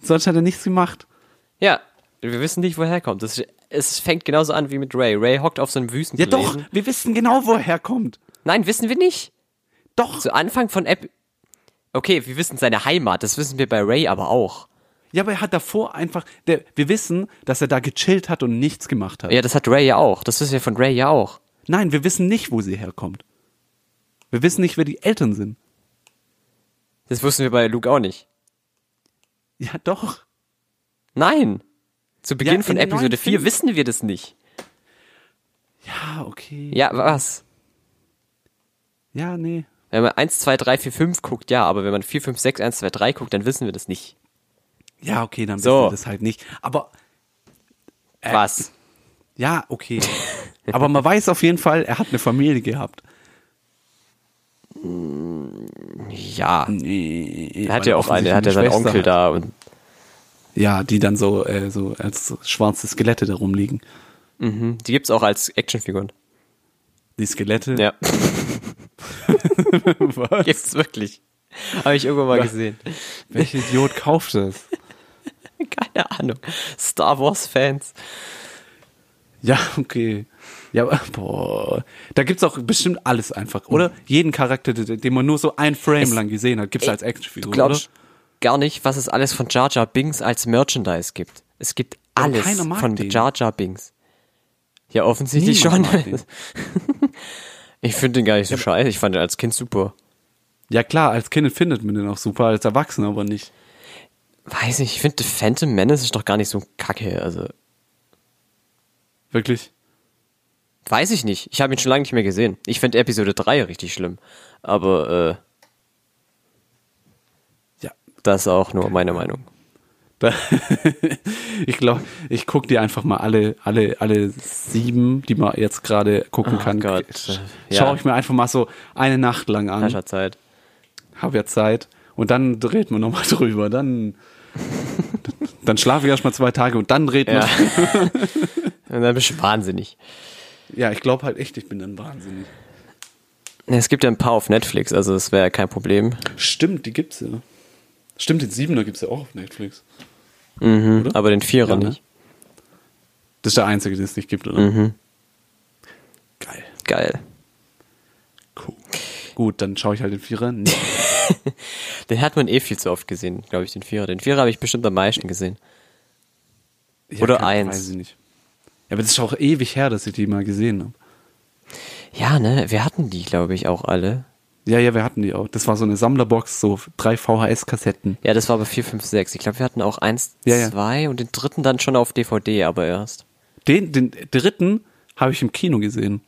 Speaker 1: sonst hat er nichts gemacht.
Speaker 2: Ja, wir wissen nicht, woher er kommt. Das, es fängt genauso an wie mit Ray. Ray hockt auf so einem
Speaker 1: Ja,
Speaker 2: Wüstenplaneten.
Speaker 1: doch, wir wissen genau, wo er herkommt.
Speaker 2: Nein, wissen wir nicht.
Speaker 1: Doch,
Speaker 2: Zu Anfang von App. Okay, wir wissen seine Heimat. Das wissen wir bei Ray aber auch.
Speaker 1: ja, aber er hat davor einfach, der, wir wissen, dass er da gechillt hat und nichts gemacht hat.
Speaker 2: Ja, das hat Ray ja auch. Das wissen wir von Ray ja auch.
Speaker 1: Nein, wir wissen nicht, wo sie herkommt. Wir wissen nicht, wer die Eltern sind.
Speaker 2: Das wussten wir bei Luke auch nicht.
Speaker 1: Ja, doch.
Speaker 2: Nein. Zu Beginn
Speaker 1: in
Speaker 2: von
Speaker 1: den neuen
Speaker 2: Episode 4
Speaker 1: Filmen-
Speaker 2: wissen wir das nicht.
Speaker 1: Ah, okay.
Speaker 2: Ja, was?
Speaker 1: Ja, nee.
Speaker 2: Wenn man 1, 2, 3, 4, 5 guckt, ja, aber wenn man 4, 5, 6, 1, 2, 3 guckt, dann wissen wir das nicht.
Speaker 1: Ja, okay, dann
Speaker 2: So.
Speaker 1: wissen wir das halt nicht. Aber Äh,
Speaker 2: was?
Speaker 1: Ja, okay. Aber man weiß auf jeden Fall, er hat eine Familie gehabt.
Speaker 2: Ja.
Speaker 1: Er
Speaker 2: Er hat ja auch eine, er
Speaker 1: um
Speaker 2: hat ja seinen Onkel da und
Speaker 1: Ja, die dann so, äh, so als so schwarze Skelette da rumliegen.
Speaker 2: mhm, die gibt's auch als Actionfiguren.
Speaker 1: Die Skelette.
Speaker 2: *laughs* Ja,
Speaker 1: *laughs* Was?
Speaker 2: gibt's wirklich. Habe ich irgendwann mal gesehen. *laughs*
Speaker 1: Welcher Idiot kauft das?
Speaker 2: Keine Ahnung. Star Wars Fans.
Speaker 1: Ja, okay. Ja, aber- boah. Da gibt's auch bestimmt alles einfach, oder? Jeden Charakter, den den man nur so ein Frame lang gesehen hat, gibt's als Actionfigur, oder?
Speaker 2: Glaubst gar nicht, was es alles von Jar Jar Binks als Merchandise gibt. Es gibt
Speaker 1: aber
Speaker 2: alles
Speaker 1: keiner mag
Speaker 2: von
Speaker 1: den.
Speaker 2: Jar Jar Binks. Ja, offensichtlich
Speaker 1: Niemand
Speaker 2: *laughs*
Speaker 1: mag
Speaker 2: schon.
Speaker 1: den.
Speaker 2: ich finde den gar nicht so scheiße. Ich fand den als Kind super.
Speaker 1: Ja klar, als Kind findet man den auch super, als Erwachsener aber nicht.
Speaker 2: Weiß nicht, ich finde Phantom Menace ist doch gar nicht so ein Kacke. Also,
Speaker 1: Wirklich.
Speaker 2: weiß ich nicht. Ich habe ihn schon lange nicht mehr gesehen. Ich finde Episode 3 richtig schlimm. Aber äh,
Speaker 1: Ja,
Speaker 2: das ist auch nur meine Meinung.
Speaker 1: Mhm. Da, *laughs* ich glaube, ich gucke dir einfach mal alle, alle, alle sieben, die man jetzt gerade gucken
Speaker 2: Oh
Speaker 1: kann.
Speaker 2: Gott,
Speaker 1: sch-
Speaker 2: äh,
Speaker 1: Schaue
Speaker 2: ja.
Speaker 1: ich mir einfach mal so eine Nacht lang
Speaker 2: Hast
Speaker 1: an,
Speaker 2: ja Zeit.
Speaker 1: habe ja Zeit und dann dreht man nochmal *laughs* drüber. Dann, dann schlafe ich erst mal zwei Tage und dann dreht man.
Speaker 2: Ja. Und dann bist du wahnsinnig.
Speaker 1: Ja, ich glaube halt echt, ich bin dann wahnsinnig.
Speaker 2: Es gibt ja ein paar auf Netflix, also das wäre ja kein Problem.
Speaker 1: Stimmt, die gibt's ja. Stimmt, den Siebener gibt's ja auch auf Netflix.
Speaker 2: Mhm, aber den Vierer
Speaker 1: Ja, ne?
Speaker 2: nicht.
Speaker 1: Das ist der einzige, den es nicht gibt, oder?
Speaker 2: Mhm.
Speaker 1: Geil.
Speaker 2: Geil.
Speaker 1: Cool. Gut, dann schaue ich halt den Vierer. Nee.
Speaker 2: Den hat man eh viel zu oft gesehen, glaube ich, den Vierer. Den Vierer habe ich bestimmt am meisten gesehen.
Speaker 1: Ich
Speaker 2: Oder
Speaker 1: hab keine-
Speaker 2: eins.
Speaker 1: Weiß ich nicht. Ja, aber das ist auch ewig her, dass ich die mal gesehen habe.
Speaker 2: Ja, ne? Wir hatten die, glaube ich, auch alle.
Speaker 1: Ja, ja, wir hatten die auch. Das war so eine Sammlerbox, so drei VHS-Kassetten.
Speaker 2: Ja, das war aber 4, 5, 6. Ich glaube, wir hatten auch 1,
Speaker 1: Ja, ja.
Speaker 2: 2 und den dritten dann schon auf DVD, aber erst.
Speaker 1: Den, den dritten habe ich im Kino gesehen.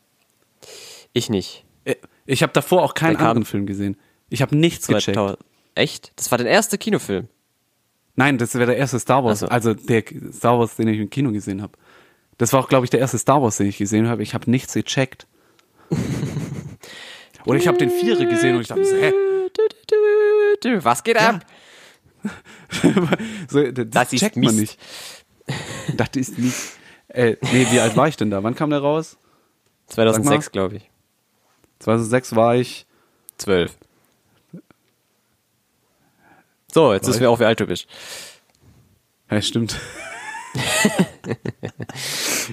Speaker 2: Ich nicht.
Speaker 1: Äh, Ich habe davor auch keinen
Speaker 2: Der kam-
Speaker 1: anderen Film gesehen. Ich habe nichts gecheckt.
Speaker 2: 2000. Echt? Das war dein erster Kinofilm.
Speaker 1: Nein, das wäre der erste Star Wars,
Speaker 2: Ach so.
Speaker 1: also der Star Wars, den ich im Kino gesehen habe. Das war auch, glaube ich, der erste Star Wars, den ich gesehen habe. Ich habe nichts
Speaker 2: *laughs*
Speaker 1: gecheckt. Oder ich habe den Vierer gesehen und ich dachte, so, hä?
Speaker 2: Was geht ab?
Speaker 1: So, das,
Speaker 2: Das ist
Speaker 1: checkt man
Speaker 2: Mist.
Speaker 1: nicht. Das ist nicht. Äh, nee, wie alt war ich denn da? Wann kam der raus?
Speaker 2: 2006, glaube ich.
Speaker 1: 2006 war ich.
Speaker 2: 12. So, jetzt
Speaker 1: War
Speaker 2: wissen wir auch, wie alt du bist.
Speaker 1: Ja, stimmt. *laughs*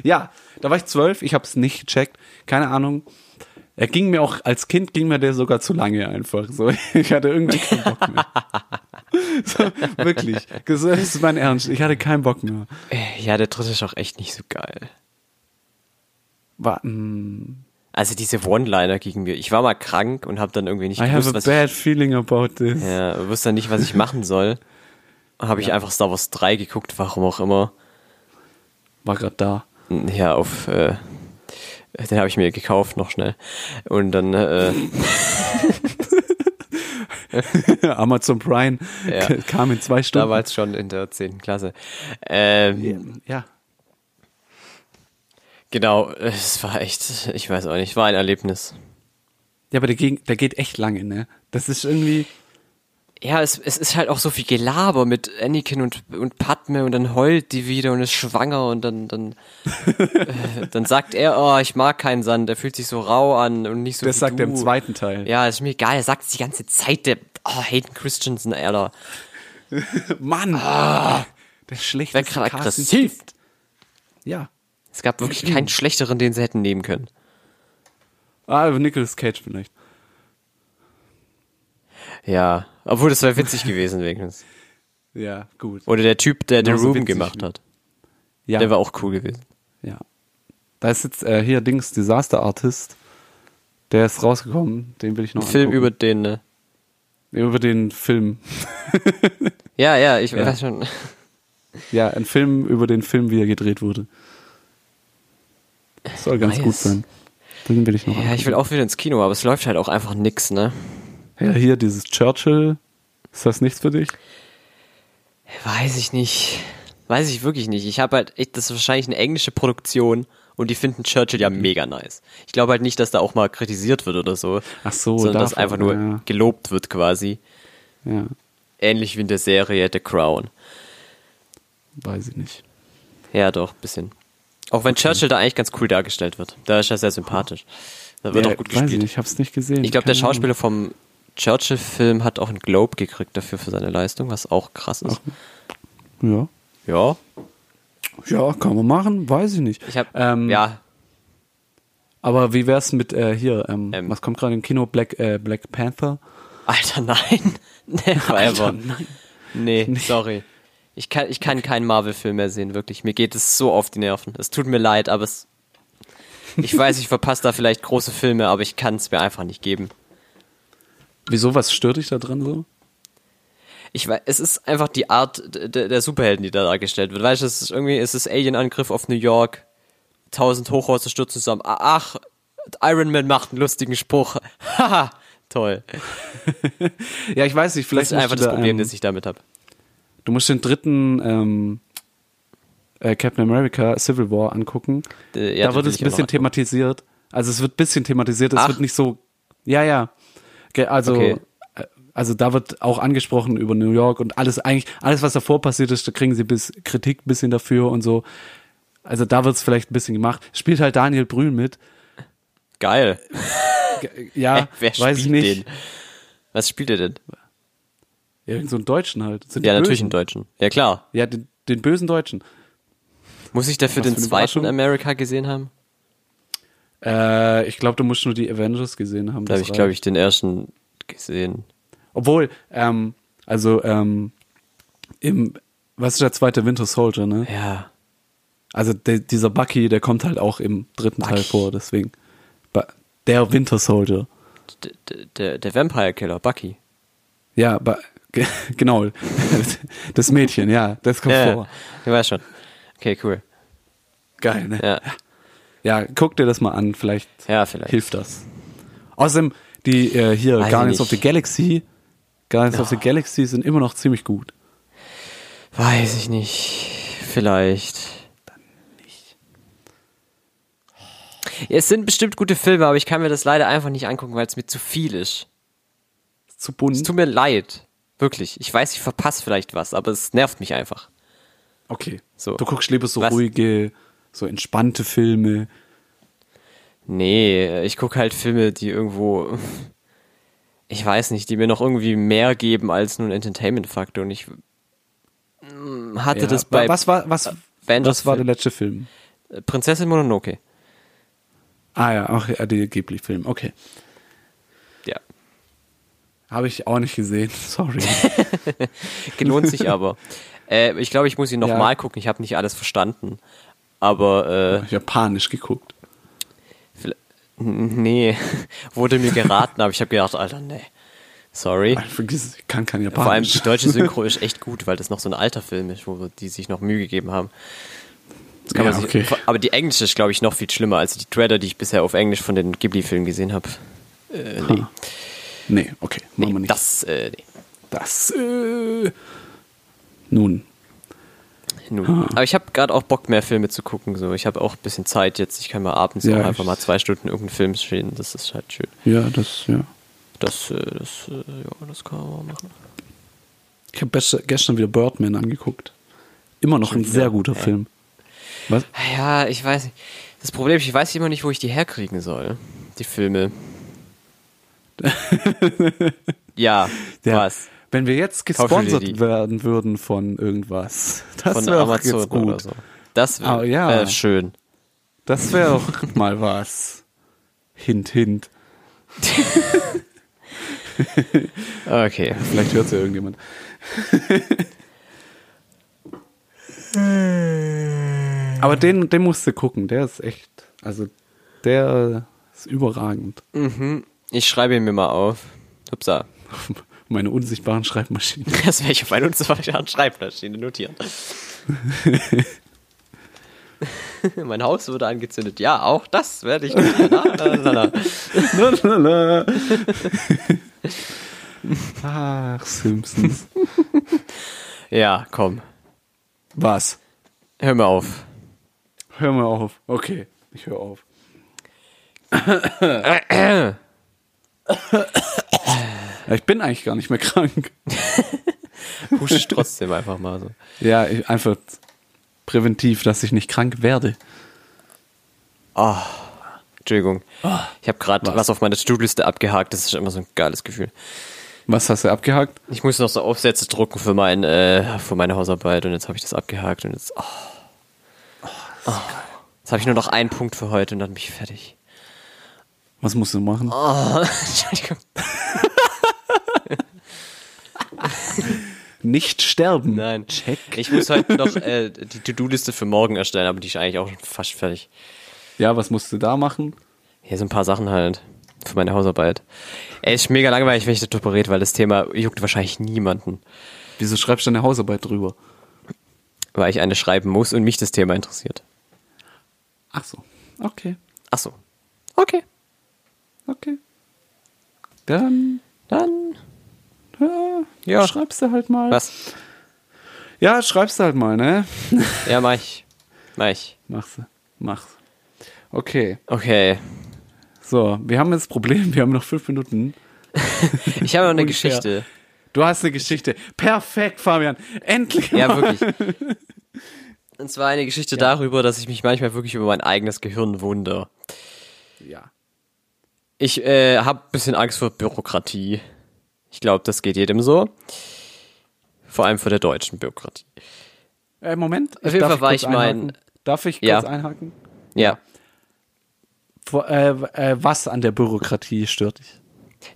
Speaker 1: ja, da war ich zwölf, ich habe es nicht gecheckt, keine Ahnung. Er ging mir auch, als Kind ging mir der sogar zu lange einfach. So, *laughs* ich hatte irgendwann keinen Bock mehr. *laughs* So, wirklich, das ist mein Ernst, ich hatte keinen Bock mehr.
Speaker 2: Äh, Ja, der dritte ist auch echt nicht so geil.
Speaker 1: War, mm,
Speaker 2: Also diese One-Liner gegen mir. Ich war mal krank und habe dann irgendwie nicht
Speaker 1: I have
Speaker 2: gewusst,
Speaker 1: a
Speaker 2: was ich,
Speaker 1: bad feeling about this.
Speaker 2: ja, wusste dann nicht, was ich machen soll. Habe ich einfach Star Wars 3 geguckt, warum auch immer.
Speaker 1: War gerade da. *laughs*
Speaker 2: Ja, auf äh, den habe ich mir gekauft noch schnell. Und dann äh,
Speaker 1: Amazon Prime
Speaker 2: Ja.
Speaker 1: *laughs* kam in zwei Stunden.
Speaker 2: damals schon in der 10. Klasse. Ähm,
Speaker 1: ja.
Speaker 2: Genau, es war echt, ich weiß auch nicht, war ein Erlebnis.
Speaker 1: ja, aber der, ging, der geht echt lange, ne? Das ist irgendwie.
Speaker 2: Ja, es, es ist halt auch so viel Gelaber mit Anakin und, und Padme und dann heult die wieder und ist schwanger und dann, dann, äh, dann sagt er, oh, ich mag keinen Sand, der fühlt sich so rau an und nicht so
Speaker 1: Das
Speaker 2: wie
Speaker 1: sagt
Speaker 2: du.
Speaker 1: er im zweiten Teil.
Speaker 2: Ja, ist mir egal, er sagt es die ganze Zeit, der, oh, Hayden Christensen, Alter.
Speaker 1: Mann! Der schlechteste
Speaker 2: Ah. Wer gerade
Speaker 1: Carsten-
Speaker 2: aggressiv.
Speaker 1: Ja.
Speaker 2: Es gab wirklich
Speaker 1: *clears throat*
Speaker 2: keinen schlechteren, den sie hätten nehmen können.
Speaker 1: Ah, Nicolas Cage vielleicht.
Speaker 2: Ja, obwohl das wäre witzig gewesen wenigstens.
Speaker 1: Ja, gut.
Speaker 2: Oder der Typ, der The
Speaker 1: Genauso
Speaker 2: Room
Speaker 1: witzig
Speaker 2: gemacht hat,
Speaker 1: ja,
Speaker 2: der war auch cool gewesen.
Speaker 1: ja. Da ist jetzt äh, hier Dings Disaster Artist. Der ist rausgekommen, den will ich noch
Speaker 2: Film
Speaker 1: angucken.
Speaker 2: über den, ne?
Speaker 1: über den Film.
Speaker 2: Ja, ja, ich weiß schon.
Speaker 1: Ja, ein Film über den Film, wie er gedreht wurde. Soll ganz
Speaker 2: Nice.
Speaker 1: gut sein. Den will ich noch.
Speaker 2: Ja, ich will auch wieder ins Kino, aber es läuft halt auch einfach nix, ne?
Speaker 1: angucken. ja, hier dieses Churchill. Ist das nichts für dich?
Speaker 2: Weiß ich nicht. Weiß ich wirklich nicht. Ich habe halt, ich, das ist wahrscheinlich eine englische Produktion und die finden Churchill ja mega nice. Ich glaube halt nicht, dass da auch mal kritisiert wird oder so.
Speaker 1: Ach so,
Speaker 2: Sondern dass
Speaker 1: dafür,
Speaker 2: einfach nur
Speaker 1: ja.
Speaker 2: gelobt wird quasi.
Speaker 1: Ja,
Speaker 2: Ähnlich wie in der Serie The Crown.
Speaker 1: weiß ich nicht.
Speaker 2: Ja, doch, bisschen. Auch wenn Churchill da eigentlich ganz cool dargestellt wird. Da ist er sehr sympathisch. Da wird
Speaker 1: ja,
Speaker 2: auch gut
Speaker 1: weiß ich
Speaker 2: gespielt.
Speaker 1: nicht, ich hab's nicht gesehen.
Speaker 2: Ich glaube, der
Speaker 1: Keine Ahnung.
Speaker 2: Schauspieler vom Churchill-Film hat auch einen Globe gekriegt dafür für seine Leistung, was auch krass ist.
Speaker 1: Ja.
Speaker 2: Ja.
Speaker 1: Ja, kann man machen, weiß ich nicht.
Speaker 2: Ich habe
Speaker 1: ähm,
Speaker 2: ja,
Speaker 1: Aber wie wär's mit äh, hier? Ähm,
Speaker 2: Ähm.
Speaker 1: Was kommt gerade im Kino? Black, äh, Black Panther?
Speaker 2: Alter, nein. *laughs* Never ever.
Speaker 1: nein.
Speaker 2: Nee, sorry. Ich kann, ich kann keinen Marvel-Film mehr sehen, wirklich. Mir geht es so auf die Nerven. Es tut mir leid, aber es. Ich weiß, ich verpasse da vielleicht große Filme, aber ich kann es mir einfach nicht geben.
Speaker 1: Wieso, was stört dich da dran so?
Speaker 2: Ich weiß, es ist einfach die Art d- d- der Superhelden, die da dargestellt wird. Weißt du, es ist irgendwie, es ist Alien-Angriff auf New York, tausend Hochhäuser stürzen zusammen. A- Ach, Iron Man macht einen lustigen Spruch. *laughs* Haha, toll.
Speaker 1: Ja, ich weiß nicht,
Speaker 2: Das
Speaker 1: vielleicht
Speaker 2: ist einfach
Speaker 1: musst du
Speaker 2: das
Speaker 1: da,
Speaker 2: Problem,
Speaker 1: ähm,
Speaker 2: das ich damit habe.
Speaker 1: Du musst den dritten ähm, äh, Captain America Civil War angucken.
Speaker 2: Äh, ja,
Speaker 1: da
Speaker 2: den
Speaker 1: wird
Speaker 2: will
Speaker 1: es
Speaker 2: ich
Speaker 1: ein bisschen
Speaker 2: auch noch angucken.
Speaker 1: thematisiert. Also es wird ein bisschen thematisiert, es
Speaker 2: Ach.
Speaker 1: wird nicht so. Ja, ja. Ge- Also,
Speaker 2: Okay.
Speaker 1: äh, also da wird auch angesprochen über New York und alles eigentlich, alles, was davor passiert ist, da kriegen sie bis Kritik ein bisschen dafür und so. Also da wird es vielleicht ein bisschen gemacht. Spielt halt Daniel Brühl mit.
Speaker 2: Geil.
Speaker 1: ja,
Speaker 2: *laughs* Wer
Speaker 1: weiß ich
Speaker 2: spielt
Speaker 1: nicht.
Speaker 2: den? Was spielt er denn?
Speaker 1: Irgend so einen Deutschen halt. Sind
Speaker 2: Ja,
Speaker 1: die
Speaker 2: natürlich
Speaker 1: Bösen.
Speaker 2: einen Deutschen. Ja, klar.
Speaker 1: Ja, den, den bösen Deutschen.
Speaker 2: Muss ich dafür
Speaker 1: Was
Speaker 2: den
Speaker 1: für eine
Speaker 2: zweiten
Speaker 1: Überraschung.
Speaker 2: America gesehen haben?
Speaker 1: Äh, ich glaube, du musst nur die Avengers gesehen haben.
Speaker 2: Da
Speaker 1: das
Speaker 2: habe ich, glaube
Speaker 1: reicht.
Speaker 2: ich, den ersten gesehen.
Speaker 1: Obwohl, ähm, also, ähm, im, was ist der zweite Winter Soldier, ne?
Speaker 2: Ja.
Speaker 1: Also der- dieser Bucky, der kommt halt auch im dritten Teil
Speaker 2: Bucky.
Speaker 1: vor, deswegen. Ba der Winter Soldier.
Speaker 2: D d- der, der Vampire Killer, Bucky.
Speaker 1: Ja, ba ge- *laughs* genau. Das Mädchen, ja, das kommt
Speaker 2: Ja,
Speaker 1: vor.
Speaker 2: ich weiß schon. Okay, cool.
Speaker 1: Geil, ne?
Speaker 2: Ja,
Speaker 1: Ja, guck dir das mal an, vielleicht
Speaker 2: ja vielleicht.
Speaker 1: hilft das. Außerdem, die äh, hier,
Speaker 2: Weiß ich
Speaker 1: Guardians of the
Speaker 2: nicht.
Speaker 1: Galaxy, Guardians of the
Speaker 2: Oh.
Speaker 1: Galaxy sind immer noch ziemlich gut.
Speaker 2: Weiß ich nicht. Vielleicht. Dann nicht. Ja, es sind bestimmt gute Filme, aber ich kann mir das leider einfach nicht angucken, weil es mir zu viel ist.
Speaker 1: Zu
Speaker 2: Es
Speaker 1: bunt.
Speaker 2: tut mir leid. Wirklich. Ich weiß, ich verpasse vielleicht was, aber es nervt mich einfach.
Speaker 1: Okay.
Speaker 2: So.
Speaker 1: Du guckst lieber so
Speaker 2: Was?
Speaker 1: ruhige, so entspannte Filme.
Speaker 2: Nee, ich gucke halt Filme, die irgendwo. *laughs* Ich weiß nicht, die mir noch irgendwie mehr geben als nur einen Entertainment-Faktor. Und ich mm, hatte
Speaker 1: Ja,
Speaker 2: das
Speaker 1: wa-
Speaker 2: bei
Speaker 1: was war, was, was
Speaker 2: Avengers
Speaker 1: war der
Speaker 2: Film.
Speaker 1: letzte Film?
Speaker 2: Prinzessin Mononoke.
Speaker 1: Ah ja, auch ja, der Ghibli-Film, okay.
Speaker 2: Ja.
Speaker 1: Habe ich auch nicht gesehen, *laughs* sorry.
Speaker 2: Gelohnt
Speaker 1: *laughs*
Speaker 2: sich aber. Äh, ich glaube, ich muss ihn
Speaker 1: Ja.
Speaker 2: nochmal gucken. Ich habe nicht alles verstanden. Aber
Speaker 1: Ich habe panisch geguckt.
Speaker 2: äh, vielleicht- n- nee, *laughs* wurde mir geraten, aber ich habe gedacht, Alter, nee. Sorry.
Speaker 1: Ach, Vergiss es, ich kann kein Japanisch.
Speaker 2: Vor allem
Speaker 1: *laughs*
Speaker 2: die deutsche Synchro ist echt gut, weil das noch so ein alter Film ist, wo die sich noch Mühe gegeben haben. Das kann
Speaker 1: Ja,
Speaker 2: man sich,
Speaker 1: okay.
Speaker 2: Aber die englische ist, glaube ich, noch viel schlimmer als die Trailer, die ich bisher auf Englisch von den Ghibli-Filmen gesehen habe. Äh, nee,
Speaker 1: *laughs* Nee, okay, machen wir
Speaker 2: nee,
Speaker 1: nicht.
Speaker 2: das, äh, nee.
Speaker 1: das äh, nun, Ah.
Speaker 2: Nun. Aber ich habe gerade auch Bock, mehr Filme zu gucken. So. Ich habe auch ein bisschen Zeit jetzt. Ich kann mal abends
Speaker 1: Ja,
Speaker 2: auch einfach
Speaker 1: ich-
Speaker 2: mal zwei Stunden irgendeinen Film sehen. Das ist halt schön.
Speaker 1: ja, das, ja.
Speaker 2: Das, äh, das, äh, ja, das kann man mal machen.
Speaker 1: Ich habe gestern wieder Birdman angeguckt. Immer noch ein sehr guter Film. Was?
Speaker 2: Ja, ich weiß nicht. Das Problem ist, ich weiß immer nicht, wo ich die herkriegen soll. Die *laughs* Filme. ja,
Speaker 1: Ja.
Speaker 2: was?
Speaker 1: Wenn wir jetzt
Speaker 2: dir
Speaker 1: gesponsert
Speaker 2: die.
Speaker 1: werden würden von irgendwas, das
Speaker 2: Von
Speaker 1: wäre auch
Speaker 2: Amazon
Speaker 1: jetzt gut.
Speaker 2: oder so. Das wäre
Speaker 1: Ah, ja.
Speaker 2: schön.
Speaker 1: Das wäre auch *laughs* mal was. Hint, hint.
Speaker 2: Okay.
Speaker 1: Vielleicht hört es ja irgendjemand. Aber den, den musst du gucken, der ist echt, also der ist überragend. *laughs*
Speaker 2: Ich schreibe ihn mir mal auf. Hupsa.
Speaker 1: Meine unsichtbaren Schreibmaschinen.
Speaker 2: *laughs*
Speaker 1: *laughs*
Speaker 2: Das werde ich auf einen zweiten Schreibmaschine notieren. *laughs* mein Haus wurde angezündet. Ja, auch das werde ich notieren. Na, na, na, na.
Speaker 1: La, la, la. Ach, Simpsons.
Speaker 2: Ja, komm.
Speaker 1: Was?
Speaker 2: Hör mir auf.
Speaker 1: Hör mal auf. Okay, ich höre auf. Ich bin eigentlich gar nicht mehr krank.
Speaker 2: Husch trotzdem einfach mal so.
Speaker 1: Ja, ich, einfach präventiv, dass ich nicht krank werde.
Speaker 2: Entschuldigung. Ich habe gerade was.
Speaker 1: Was?
Speaker 2: auf meiner To-Do-Liste abgehakt. Das ist immer so ein geiles Gefühl.
Speaker 1: Was hast du abgehakt?
Speaker 2: Ich muss noch so Aufsätze drucken für, mein, äh, für meine Hausarbeit und jetzt habe ich das abgehakt und jetzt. Oh. Oh. Jetzt habe ich nur noch einen Punkt für heute und dann bin ich fertig.
Speaker 1: Was musst du machen?
Speaker 2: Oh, *laughs* Entschuldigung.
Speaker 1: Nicht sterben.
Speaker 2: Nein.
Speaker 1: Check.
Speaker 2: Ich muss heute noch äh, die To-Do-Liste für morgen erstellen, aber die ist eigentlich auch schon fast fertig.
Speaker 1: Ja, was musst du da machen?
Speaker 2: Hier sind ein paar Sachen halt für meine Hausarbeit. Ey, ist mega langweilig, wenn ich darüber rede, weil das Thema juckt wahrscheinlich niemanden,
Speaker 1: Wieso schreibst du deine Hausarbeit drüber?
Speaker 2: weil ich eine schreiben muss und mich das Thema interessiert.
Speaker 1: Ach so. Okay.
Speaker 2: Ach so. Okay.
Speaker 1: Okay. Dann
Speaker 2: Dann
Speaker 1: ja,
Speaker 2: Ja.
Speaker 1: schreibst du halt mal.
Speaker 2: was?
Speaker 1: Ja, schreibst du halt mal, ne?
Speaker 2: Ja, mach ich. Mach ich.
Speaker 1: Mach's. Mach's. Okay.
Speaker 2: Okay.
Speaker 1: So, wir haben jetzt das Problem, *laughs* wir haben noch fünf Minuten.
Speaker 2: Ich habe noch eine
Speaker 1: Unfair.
Speaker 2: Geschichte.
Speaker 1: Du hast eine Geschichte. Perfekt, Fabian. Endlich.
Speaker 2: Ja,
Speaker 1: mal.
Speaker 2: wirklich. Und zwar eine Geschichte darüber, dass ich mich manchmal wirklich über mein eigenes Gehirn wundere.
Speaker 1: Ja.
Speaker 2: Ich äh, habe ein bisschen Angst vor Bürokratie. Ich glaube, das geht jedem so. Vor allem vor der deutschen Bürokratie.
Speaker 1: Äh, Moment.
Speaker 2: Auf jeden
Speaker 1: darf
Speaker 2: Fall war
Speaker 1: kurz
Speaker 2: ich mein-
Speaker 1: einhaken? Darf ich kurz
Speaker 2: Ja.
Speaker 1: einhaken?
Speaker 2: Ja,
Speaker 1: Wo- äh, äh, was an der Bürokratie stört dich?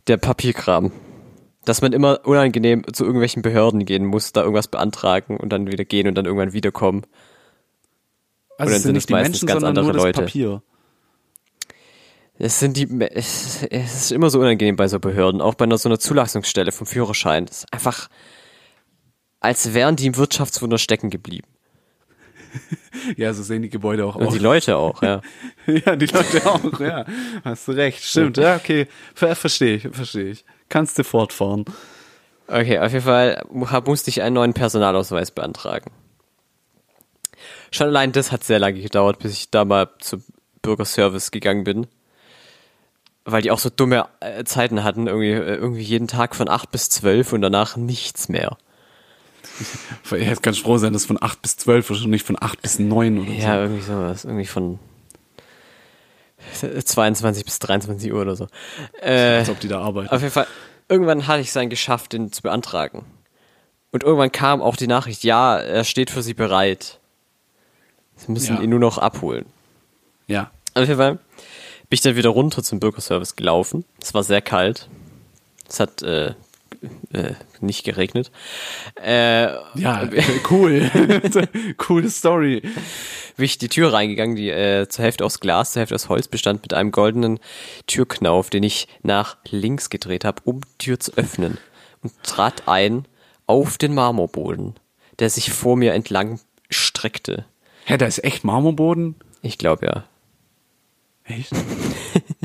Speaker 2: der Papierkram. Dass man immer unangenehm zu irgendwelchen Behörden gehen muss, da irgendwas beantragen und dann wieder gehen und dann irgendwann wiederkommen.
Speaker 1: Also
Speaker 2: Oder
Speaker 1: es
Speaker 2: sind es meistens ganz andere
Speaker 1: nur
Speaker 2: Leute?
Speaker 1: das Papier.
Speaker 2: Es sind die, es, es ist immer so unangenehm bei so Behörden, auch bei einer, so einer Zulassungsstelle vom Führerschein. Es ist einfach, als wären die im Wirtschaftswunder stecken geblieben.
Speaker 1: Ja, so sehen die Gebäude auch
Speaker 2: Und
Speaker 1: aus.
Speaker 2: die Leute auch, ja.
Speaker 1: *laughs* ja, die Leute auch, ja. Hast du recht, stimmt. Ja, okay. Ver verstehe ich, verstehe ich. Kannst du fortfahren.
Speaker 2: *laughs* Okay, auf jeden Fall hab- musste ich einen neuen Personalausweis beantragen. Schon allein das hat sehr lange gedauert, bis ich da mal zum Bürgerservice gegangen bin. Weil die auch so dumme äh, Zeiten hatten, irgendwie, äh, irgendwie jeden Tag von 8 bis 12 und danach nichts mehr.
Speaker 1: Ich hätte ganz froh sein, dass von 8 bis 12 und nicht von 8 bis 9 oder
Speaker 2: Ja, irgendwie sowas. Irgendwie von 22 bis 23 Uhr oder so.
Speaker 1: so.
Speaker 2: Äh,
Speaker 1: Als ob die da arbeiten.
Speaker 2: Auf jeden Fall, irgendwann hatte ich es dann geschafft, den zu beantragen. Und irgendwann kam auch die Nachricht, ja, er steht für Sie bereit. Sie müssen
Speaker 1: Ja.
Speaker 2: ihn nur noch abholen.
Speaker 1: Ja.
Speaker 2: Auf jeden Fall bin ich dann wieder runter zum Bürgerservice gelaufen. Es war sehr kalt. Es hat äh, äh, nicht geregnet. Äh,
Speaker 1: Ja,
Speaker 2: *laughs*
Speaker 1: cool. Coole Story.
Speaker 2: bin ich die Tür reingegangen, die äh, zur Hälfte aus Glas, zur Hälfte aus Holz bestand, mit einem goldenen Türknauf, den ich nach links gedreht habe, um die Tür zu öffnen. Und trat ein auf den Marmorboden, der sich vor mir entlang streckte.
Speaker 1: Hä, da ist echt Marmorboden?
Speaker 2: Ich glaube ja.
Speaker 1: Echt?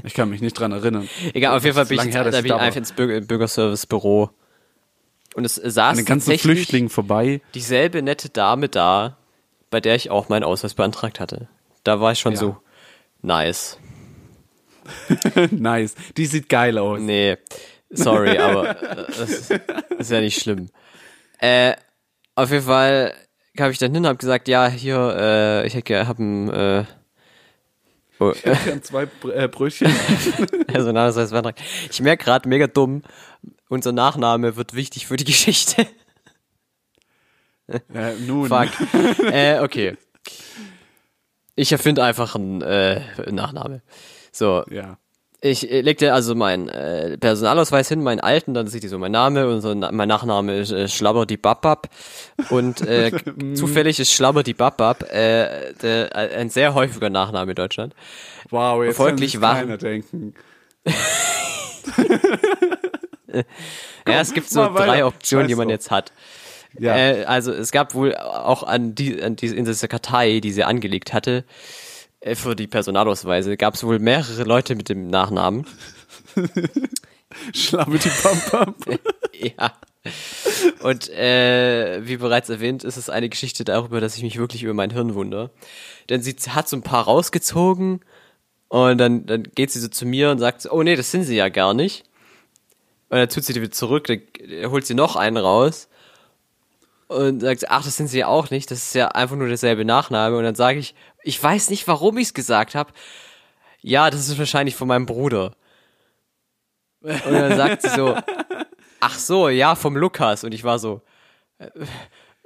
Speaker 1: Ich kann mich nicht dran erinnern.
Speaker 2: Egal, auf jeden Fall
Speaker 1: Das ist
Speaker 2: bin ich,
Speaker 1: lang her,
Speaker 2: da
Speaker 1: dass ich
Speaker 2: bin ich
Speaker 1: da war.
Speaker 2: einfach ins Bürger Bürgerservice-Büro. Und es äh, saß
Speaker 1: An den ganzen
Speaker 2: tatsächlich
Speaker 1: Flüchtlingen
Speaker 2: *laughs*
Speaker 1: vorbei.
Speaker 2: dieselbe nette Dame da, bei der ich auch meinen Ausweis beantragt hatte. Da war ich schon
Speaker 1: Ja.
Speaker 2: so, nice.
Speaker 1: nice. Die sieht geil aus.
Speaker 2: Nee, sorry, aber äh, das ist ja nicht schlimm. Äh, auf jeden Fall kam ich dann hin und habe gesagt, ja, hier, äh, ich habe einen äh, oh, *laughs* also äh,
Speaker 1: Ich kann zwei Br- äh,
Speaker 2: *laughs*
Speaker 1: Brötchen.
Speaker 2: Personalausweisvertrag. Ich merke gerade, mega dumm, unser Nachname wird wichtig für die Geschichte. *laughs*
Speaker 1: äh, nun.
Speaker 2: Fuck. äh, okay. Ich erfinde einfach einen äh, Nachname. So,
Speaker 1: Ja.
Speaker 2: Ich äh, legte also meinen äh, Personalausweis hin, meinen alten, dann sieht die so mein Name und so, na, mein Nachname ist äh, Schlabberdi Babbab
Speaker 1: *laughs*
Speaker 2: und äh,
Speaker 1: Mhm.
Speaker 2: zufällig ist Schlabberdi Babbab äh, der- äh, ein sehr häufiger Nachname in Deutschland.
Speaker 1: Wow, jetzt kann
Speaker 2: Folglich
Speaker 1: sich
Speaker 2: waren-
Speaker 1: keiner denken.
Speaker 2: ja, es gibt so
Speaker 1: mal weiter.
Speaker 2: drei Optionen,
Speaker 1: Scheiß
Speaker 2: die man
Speaker 1: drauf.
Speaker 2: jetzt hat.
Speaker 1: Ja.
Speaker 2: Äh, also es gab wohl auch an, die, an diese, in dieser Kartei, die sie angelegt hatte, äh, für die Personalausweise, gab es wohl mehrere Leute mit dem Nachnamen.
Speaker 1: Schlappe die Pam Pam.
Speaker 2: *laughs*
Speaker 1: *laughs*
Speaker 2: Ja. Und äh, wie bereits erwähnt, ist es eine Geschichte darüber, dass ich mich wirklich über mein Hirn wundere. Denn sie hat so ein paar rausgezogen und dann, dann geht sie so zu mir und sagt, so, oh nee, das sind sie ja gar nicht. Und dann tut sie die wieder zurück, dann äh, holt sie noch einen raus und sagt, ach, das sind sie ja auch nicht, das ist ja einfach nur derselbe Nachname. Und dann sage ich, ich weiß nicht, warum ich es gesagt habe. Ja, das ist wahrscheinlich von meinem Bruder. Und dann sagt sie so, ach so, ja, vom Lukas. Und ich war so, äh,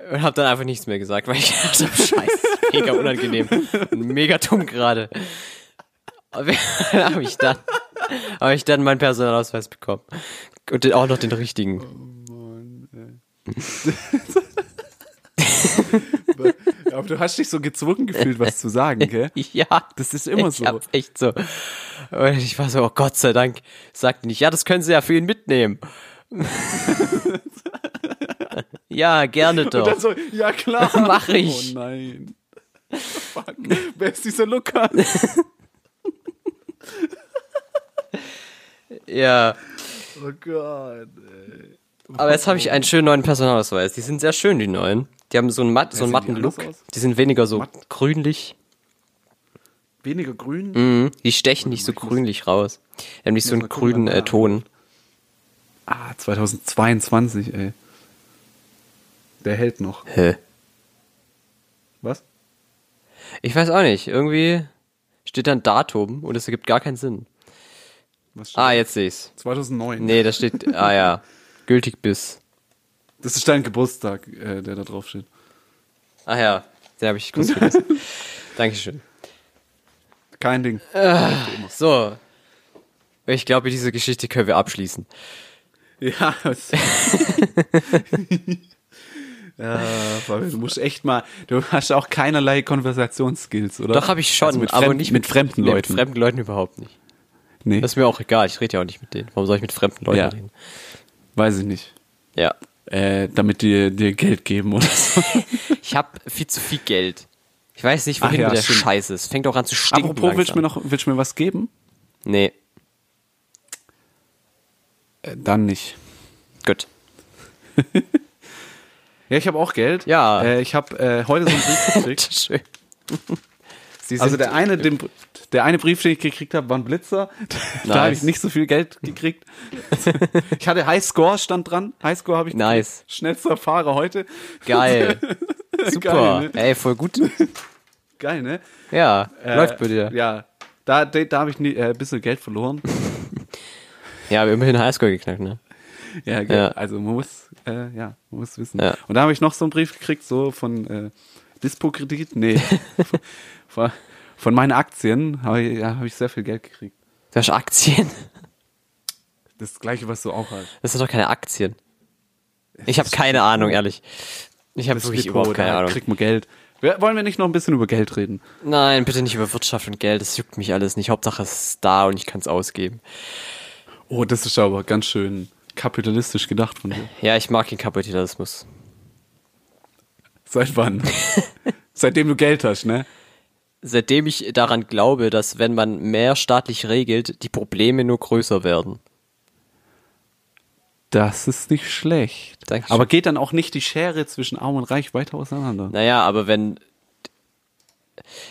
Speaker 2: und hab dann einfach nichts mehr gesagt, weil ich *laughs* dachte, oh, scheiße, ist mega unangenehm, mega dumm gerade. Und *laughs* Dann habe ich dann, habe ich dann meinen Personalausweis bekommen. Und den- auch noch den richtigen.
Speaker 1: Aber du hast dich so gezwungen gefühlt, was zu sagen, gell?
Speaker 2: Ja.
Speaker 1: Das ist immer
Speaker 2: ich
Speaker 1: so.
Speaker 2: Hab echt so. Und ich war so, oh Gott sei Dank, sagte nicht, ja, das können sie ja für
Speaker 1: *laughs*
Speaker 2: ihn mitnehmen. ja, gerne doch.
Speaker 1: Dann so, ja klar.
Speaker 2: *laughs* Mach ich.
Speaker 1: Oh nein. Fuck. Wer ist dieser Lukas?
Speaker 2: ja.
Speaker 1: Oh Gott.
Speaker 2: Aber jetzt habe ich einen schönen neuen Personalausweis. Die sind sehr schön, die neuen. Die haben so einen, matt, so einen
Speaker 1: sehen die
Speaker 2: matten Look.
Speaker 1: anders aus?
Speaker 2: Die sind weniger so
Speaker 1: Matt?
Speaker 2: grünlich.
Speaker 1: Weniger grün?
Speaker 2: Mhm. Die stechen nicht so grünlich raus. Die haben nicht so einen
Speaker 1: mal gucken,
Speaker 2: grünen
Speaker 1: wann
Speaker 2: äh,
Speaker 1: der
Speaker 2: Ton.
Speaker 1: Ah, 2022, ey. Der hält noch.
Speaker 2: Hä?
Speaker 1: Was?
Speaker 2: Ich weiß auch nicht. Irgendwie steht da ein Datum und es ergibt gar keinen Sinn.
Speaker 1: Was steht
Speaker 2: Ah,
Speaker 1: da?
Speaker 2: jetzt sehe ich's.
Speaker 1: 2009.
Speaker 2: Nee, da steht, ah ja, gültig bis.
Speaker 1: Das ist dein Geburtstag, äh, der da drauf steht.
Speaker 2: Ah ja, den habe ich
Speaker 1: *laughs*
Speaker 2: kurz vergessen. Dankeschön.
Speaker 1: Kein Ding.
Speaker 2: Äh. So. Ich glaube, diese Geschichte können wir abschließen.
Speaker 1: Ja,
Speaker 2: *laughs*
Speaker 1: was- *laughs* ja Fabian, du musst echt mal, du hast auch keinerlei Konversationsskills, oder?
Speaker 2: Doch, habe ich schon,
Speaker 1: Also mit
Speaker 2: aber
Speaker 1: fremden-
Speaker 2: nicht
Speaker 1: mit fremden
Speaker 2: nee,
Speaker 1: Leuten.
Speaker 2: Mit fremden Leuten überhaupt nicht.
Speaker 1: nee,
Speaker 2: Das ist mir auch egal, ich rede ja auch nicht mit denen. Warum soll ich mit fremden Leuten
Speaker 1: Ja.
Speaker 2: reden?
Speaker 1: weiß ich nicht.
Speaker 2: Ja.
Speaker 1: Äh, damit die dir Geld geben oder
Speaker 2: *laughs*
Speaker 1: so.
Speaker 2: Ich habe viel zu viel Geld. Ich weiß nicht,
Speaker 1: Ach
Speaker 2: wohin
Speaker 1: ja,
Speaker 2: mit der
Speaker 1: stimmt.
Speaker 2: Scheiße. Es fängt auch an zu stinken.
Speaker 1: Apropos, willst du
Speaker 2: langsam.
Speaker 1: mir noch, willst du mir was geben?
Speaker 2: Nee,
Speaker 1: Äh, dann nicht.
Speaker 2: gut.
Speaker 1: Ja, ich habe auch Geld.
Speaker 2: Ja.
Speaker 1: Äh, ich habe äh, heute so einen *laughs* Brief gekriegt.
Speaker 2: *laughs* Schön. Sie
Speaker 1: Also
Speaker 2: sind-
Speaker 1: der eine, den, der eine Brief, den ich gekriegt habe, war ein Blitzer. *laughs*
Speaker 2: Nice.
Speaker 1: Da habe ich nicht so viel Geld *laughs* gekriegt. Ich hatte Highscore, stand dran. Highscore habe ich
Speaker 2: Nice.
Speaker 1: gekriegt. Schnellster Fahrer heute.
Speaker 2: Geil.
Speaker 1: *laughs*
Speaker 2: Super.
Speaker 1: Geil, ne?
Speaker 2: Ey,
Speaker 1: *laughs*
Speaker 2: voll gut.
Speaker 1: Geil, ne?
Speaker 2: Ja, läuft bei dir.
Speaker 1: Äh, Ja. Da, da, da habe ich nie, äh, ein bisschen Geld verloren.
Speaker 2: Ja, aber immerhin Highscore geknackt, ne?
Speaker 1: Ja,
Speaker 2: Ja.
Speaker 1: ja. also man muss, äh, ja, man muss wissen.
Speaker 2: Ja.
Speaker 1: Und da habe ich noch so einen Brief gekriegt, so von äh, Dispo-Kredit,
Speaker 2: *laughs*
Speaker 1: nee, von, von meinen Aktien habe ich, ja, hab ich sehr viel Geld gekriegt.
Speaker 2: Du hast Aktien. *laughs*
Speaker 1: Das gleiche, was du auch hast.
Speaker 2: Das sind doch keine Aktien. Ich habe keine Ahnung, ehrlich. Ich habe
Speaker 1: Das
Speaker 2: wirklich
Speaker 1: Depot,
Speaker 2: überhaupt keine
Speaker 1: da
Speaker 2: Ahnung.
Speaker 1: kriegt man Geld. Wir, wollen wir nicht noch ein bisschen über Geld reden?
Speaker 2: Nein, bitte nicht über Wirtschaft und Geld. Das juckt mich alles nicht. Hauptsache es ist da und ich kann es ausgeben.
Speaker 1: Oh, das ist aber ganz schön kapitalistisch gedacht von
Speaker 2: *laughs*
Speaker 1: dir.
Speaker 2: Ja, ich mag den Kapitalismus.
Speaker 1: Seit wann? Seitdem du Geld hast, ne?
Speaker 2: Seitdem ich daran glaube, dass wenn man mehr staatlich regelt, die Probleme nur größer werden.
Speaker 1: Das ist nicht schlecht.
Speaker 2: Dankeschön.
Speaker 1: Aber geht dann auch nicht die Schere zwischen Arm und Reich weiter auseinander?
Speaker 2: Naja, aber wenn.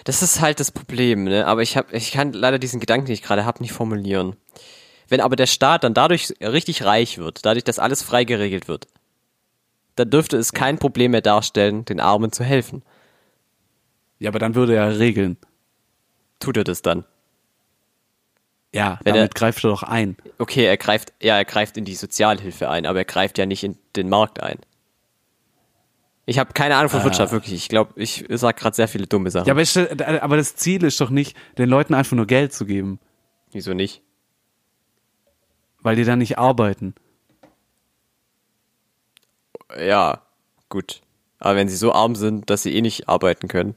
Speaker 2: Das ist halt das Problem, ne? Aber ich, hab, ich kann leider diesen Gedanken, den ich gerade habe, nicht formulieren. Wenn aber der Staat dann dadurch richtig reich wird, dadurch, dass alles frei geregelt wird, dann dürfte es kein Problem mehr darstellen, den Armen zu helfen.
Speaker 1: Ja, aber dann würde er regeln.
Speaker 2: Tut er das dann?
Speaker 1: Ja,
Speaker 2: Wenn
Speaker 1: damit
Speaker 2: er-
Speaker 1: greift er doch ein.
Speaker 2: Okay, er greift, ja, er greift in die Sozialhilfe ein, aber er greift ja nicht in den Markt ein. Ich habe keine Ahnung von Wirtschaft, wirklich. Ich glaube, ich sag gerade sehr viele dumme Sachen.
Speaker 1: Ah. Ja, aber, ist, äh, aber das Ziel ist doch nicht, den Leuten einfach nur Geld zu geben,
Speaker 2: Wieso nicht?
Speaker 1: weil die dann nicht arbeiten.
Speaker 2: Ja, gut. Aber wenn sie so arm sind, dass sie eh nicht arbeiten können.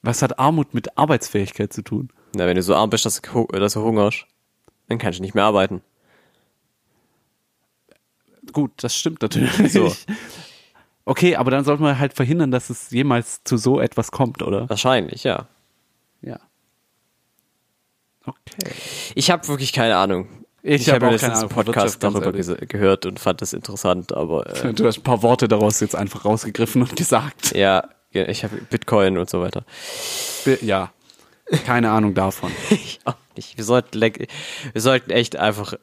Speaker 1: Was hat Armut mit Arbeitsfähigkeit zu tun?
Speaker 2: Na, wenn du so arm bist, dass du, hu- dass du hungerst, dann kannst du nicht mehr arbeiten.
Speaker 1: Gut, das stimmt *laughs* natürlich.
Speaker 2: So.
Speaker 1: Okay, aber dann sollte man halt verhindern, dass es jemals zu so etwas kommt, oder?
Speaker 2: Wahrscheinlich, ja.
Speaker 1: Ja. Okay.
Speaker 2: Ich habe wirklich keine Ahnung.
Speaker 1: Ich hab
Speaker 2: mir
Speaker 1: auch keine
Speaker 2: letztens einen
Speaker 1: Ahnung von
Speaker 2: Podcast
Speaker 1: Wirtschaft, ganz
Speaker 2: darüber
Speaker 1: ehrlich.
Speaker 2: gese- gehört und fand das interessant, aber äh,
Speaker 1: Du hast ein paar Worte daraus jetzt einfach rausgegriffen und gesagt.
Speaker 2: ja, ja, ich habe Bitcoin und so weiter.
Speaker 1: Ja. Keine Ahnung davon.
Speaker 2: Ich auch nicht. Wir sollten, leck- wir sollten echt einfach
Speaker 1: Aber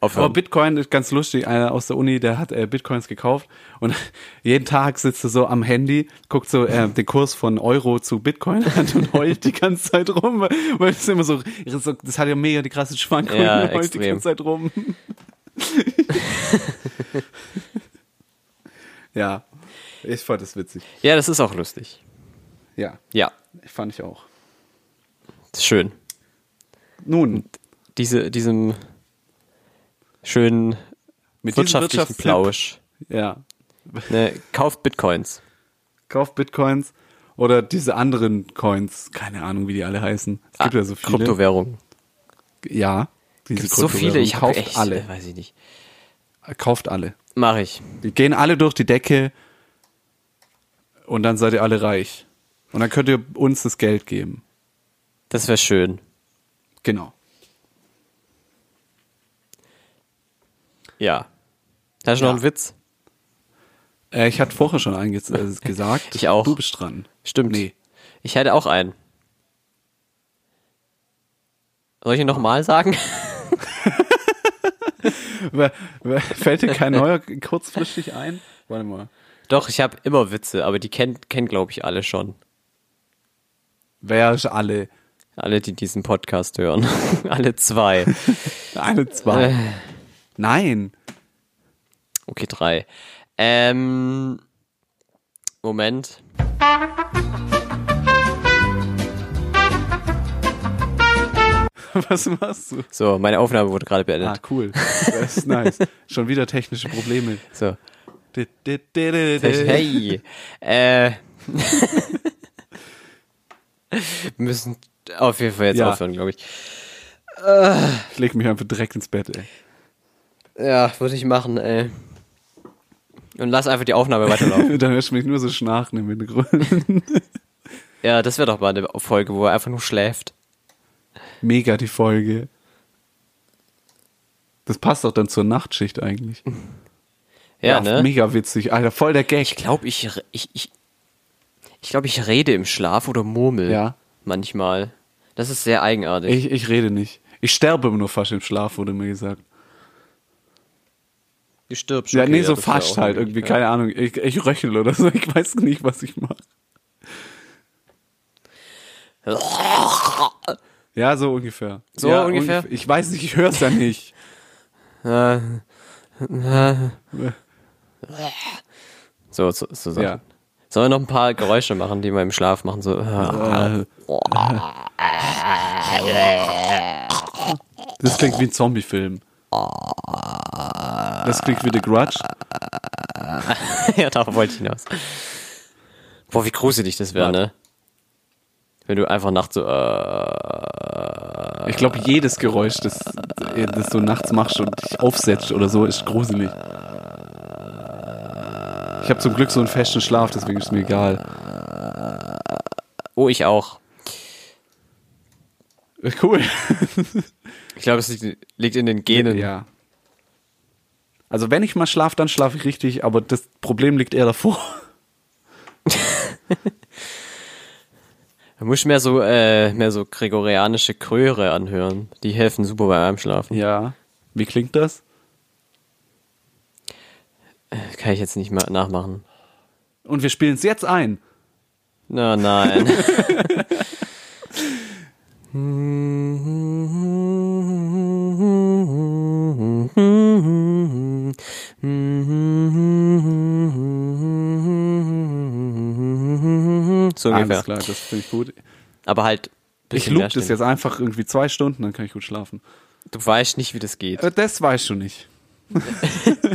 Speaker 2: aufhören.
Speaker 1: Bitcoin ist ganz lustig. Einer aus der Uni, der hat äh, Bitcoins gekauft und *laughs* jeden Tag sitzt er so am Handy, guckt so äh, den Kurs von Euro zu Bitcoin *laughs* an und heult die ganze Zeit rum, weil- weil es immer so, so- das hat ja mega die krassen Schwankungen,
Speaker 2: Ja,
Speaker 1: und heult die
Speaker 2: extrem.
Speaker 1: ganze Zeit rum. *laughs* ja, ich fand das witzig.
Speaker 2: ja, das ist auch lustig.
Speaker 1: Ja,
Speaker 2: Ja,
Speaker 1: fand ich auch.
Speaker 2: das ist schön.
Speaker 1: Nun,
Speaker 2: Diese, diesem schönen
Speaker 1: mit diesem
Speaker 2: wirtschaftlichen
Speaker 1: Wirtschaftstipp-
Speaker 2: Plausch.
Speaker 1: Ja,
Speaker 2: Ne, kauft Bitcoins.
Speaker 1: kauft Bitcoins oder diese anderen Coins, keine Ahnung, wie die alle heißen. Es
Speaker 2: Ah,
Speaker 1: gibt ja so viele.
Speaker 2: Kryptowährungen.
Speaker 1: Ja, diese
Speaker 2: Gibt's so viele,
Speaker 1: Kryptowährungen.
Speaker 2: ich habe
Speaker 1: kauft
Speaker 2: echt, äh,
Speaker 1: alle,
Speaker 2: weiß ich nicht.
Speaker 1: kauft alle.
Speaker 2: Mache ich.
Speaker 1: Die gehen alle durch die Decke und dann seid ihr alle reich. Und dann könnt ihr uns das Geld geben.
Speaker 2: Das wäre schön.
Speaker 1: Genau.
Speaker 2: Ja. Hast du
Speaker 1: Ja.
Speaker 2: noch einen Witz?
Speaker 1: Äh, ich hatte vorher schon einges
Speaker 2: *laughs*
Speaker 1: äh, gesagt,
Speaker 2: Ich auch.
Speaker 1: du bist dran.
Speaker 2: Stimmt.
Speaker 1: Nee.
Speaker 2: Ich hätte auch einen. Soll ich ihn nochmal sagen?
Speaker 1: Wer- wer- *laughs* Fällt dir kein neuer kurzfristig ein? Warte mal.
Speaker 2: Doch, ich habe immer Witze, aber die kennen, kenn, glaube ich, alle schon.
Speaker 1: Wer ist alle?
Speaker 2: Alle, die diesen Podcast hören. *laughs* Alle *laughs* zwei.
Speaker 1: Eine, zwei.
Speaker 2: Äh.
Speaker 1: Nein. *laughs*
Speaker 2: Okay, drei. Ähm, Moment.
Speaker 1: Was machst du?
Speaker 2: So, meine Aufnahme wurde gerade beendet.
Speaker 1: Ah, cool. Das ist
Speaker 2: *laughs*
Speaker 1: nice. Schon wieder technische Probleme.
Speaker 2: So.
Speaker 1: Di- di- di- di- di-
Speaker 2: Hey. Ah. äh. *laughs* Wir müssen auf jeden Fall jetzt
Speaker 1: Ja.
Speaker 2: aufhören, glaube ich.
Speaker 1: Ich leg mich einfach direkt ins Bett, ey.
Speaker 2: Ja, würde ich machen, ey. Und lass einfach die Aufnahme *laughs*
Speaker 1: *laughs*
Speaker 2: weiterlaufen.
Speaker 1: Dann hörst du mich nur so schnarchen im Hintergrund. *laughs*
Speaker 2: ja, das wäre doch mal eine Folge, wo er einfach nur schläft.
Speaker 1: Mega die Folge. Das passt doch dann zur Nachtschicht eigentlich.
Speaker 2: Ja, ne?
Speaker 1: Mega witzig. Alter, voll der Gag.
Speaker 2: Ich glaube, ich, re- ich, ich, ich, glaub, ich rede im Schlaf oder murmel.
Speaker 1: Ja.
Speaker 2: Manchmal. Das ist sehr eigenartig.
Speaker 1: Ich, ich rede nicht. Ich sterbe immer nur fast im Schlaf, wurde mir gesagt.
Speaker 2: du stirbst.
Speaker 1: ja, nee, so fast halt irgendwie, keine Ahnung. Ich, ich röchel oder so. *laughs* Ich weiß nicht, was ich mache. Ja, so ungefähr.
Speaker 2: So
Speaker 1: ja,
Speaker 2: ungefähr?
Speaker 1: ungef- Ich weiß nicht, ich höre es ja nicht.
Speaker 2: *laughs* So, so, so Sachen.
Speaker 1: Ja.
Speaker 2: Sollen wir noch ein paar Geräusche machen, die wir im Schlaf machen? So. *laughs*
Speaker 1: Äh. Das klingt wie ein Zombie-Film. Das klingt wie The Grudge.
Speaker 2: ja, darauf wollte ich hinaus. Boah, wie gruselig das wäre, ne? Wenn du einfach nachts so. Äh,
Speaker 1: Ich glaube, jedes Geräusch, das, das du nachts machst und dich aufsetzt oder so, ist gruselig. Ich habe zum Glück so einen festen Schlaf, deswegen ist mir egal.
Speaker 2: oh, ich auch.
Speaker 1: Cool.
Speaker 2: Ich glaube, es liegt, liegt in den Genen.
Speaker 1: Ja. Also wenn ich mal schlafe, dann schlafe ich richtig, aber das Problem liegt eher davor.
Speaker 2: Du musst mehr so, äh, mehr so gregorianische Chöre anhören. Die helfen super beim Einschlafen.
Speaker 1: Ja. Wie klingt das?
Speaker 2: Kann ich jetzt nicht mal nachmachen.
Speaker 1: Und wir spielen es jetzt ein. *laughs*
Speaker 2: Na, nein. So ungefähr.
Speaker 1: Alles klar, das finde ich gut.
Speaker 2: Aber halt.
Speaker 1: Ich
Speaker 2: bisschen
Speaker 1: loop
Speaker 2: mehr
Speaker 1: das
Speaker 2: Stimmen.
Speaker 1: jetzt einfach irgendwie zwei Stunden, dann kann ich gut schlafen.
Speaker 2: Du weißt nicht, wie das
Speaker 1: *laughs*
Speaker 2: geht.
Speaker 1: Äh, Das weißt du nicht.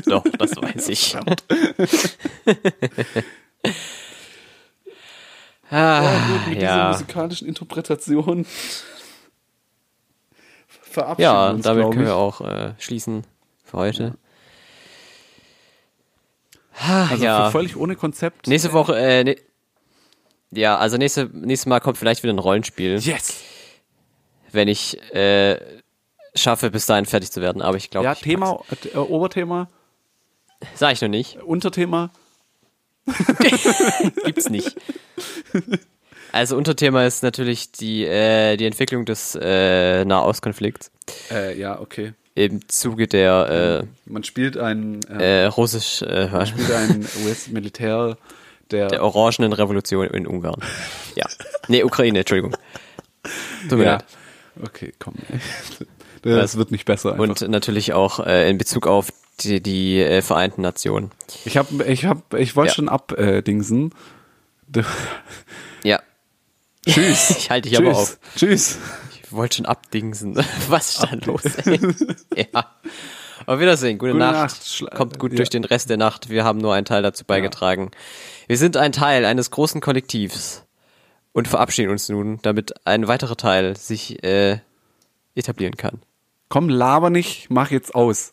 Speaker 2: Doch, das
Speaker 1: *laughs*
Speaker 2: weiß ich. ah,
Speaker 1: Mit dieser
Speaker 2: ja,
Speaker 1: musikalischen Interpretation *laughs* verabschieden
Speaker 2: ja
Speaker 1: wir uns,
Speaker 2: damit
Speaker 1: glaub
Speaker 2: können
Speaker 1: ich.
Speaker 2: wir auch äh, schließen für heute. Ah,
Speaker 1: Also
Speaker 2: ja.
Speaker 1: für völlig ohne Konzept.
Speaker 2: Nächste Woche, äh, ne ja, also nächste, nächstes Mal kommt vielleicht wieder ein Rollenspiel,
Speaker 1: Yes!
Speaker 2: wenn ich äh, schaffe, bis dahin fertig zu werden. Aber ich glaube,
Speaker 1: Ja,
Speaker 2: ich
Speaker 1: Thema, äh, Oberthema,
Speaker 2: pack's. sag ich noch nicht.
Speaker 1: Unterthema. *laughs*
Speaker 2: Gibt's nicht. Also Unterthema ist natürlich die, äh, die Entwicklung des äh, Nahostkonflikts
Speaker 1: Äh, ja, okay.
Speaker 2: im Zuge der
Speaker 1: Man spielt einen,
Speaker 2: äh,
Speaker 1: äh,
Speaker 2: äh, russisch äh,
Speaker 1: spielt einen US-Militär, der,
Speaker 2: der orangenen Revolution in Ungarn. Ja. Nee, Ukraine, Entschuldigung. Tut mir
Speaker 1: ja.
Speaker 2: leid.
Speaker 1: Okay, komm. *laughs* Das wird nicht besser. Einfach.
Speaker 2: Und natürlich auch äh, in Bezug auf die, die äh, Vereinten Nationen.
Speaker 1: ich hab, ich hab, ich wollte
Speaker 2: Ja.
Speaker 1: schon abdingsen. D-
Speaker 2: Ja. Tschüss. *laughs* ich halte dich aber auf.
Speaker 1: Tschüss. Tschüss.
Speaker 2: Ich wollte schon abdingsen. *laughs* Was ist da los? Ey? *laughs* ja. Auf Wiedersehen. Gute,
Speaker 1: Gute
Speaker 2: Nacht. äh,
Speaker 1: Nacht. Schla-
Speaker 2: Kommt gut
Speaker 1: ja.
Speaker 2: durch den Rest der Nacht. Wir haben nur einen Teil dazu beigetragen. Wir sind ein Teil eines großen Kollektivs und verabschieden uns nun, damit ein weiterer Teil sich äh, etablieren kann.
Speaker 1: Komm, laber nicht, mach jetzt aus.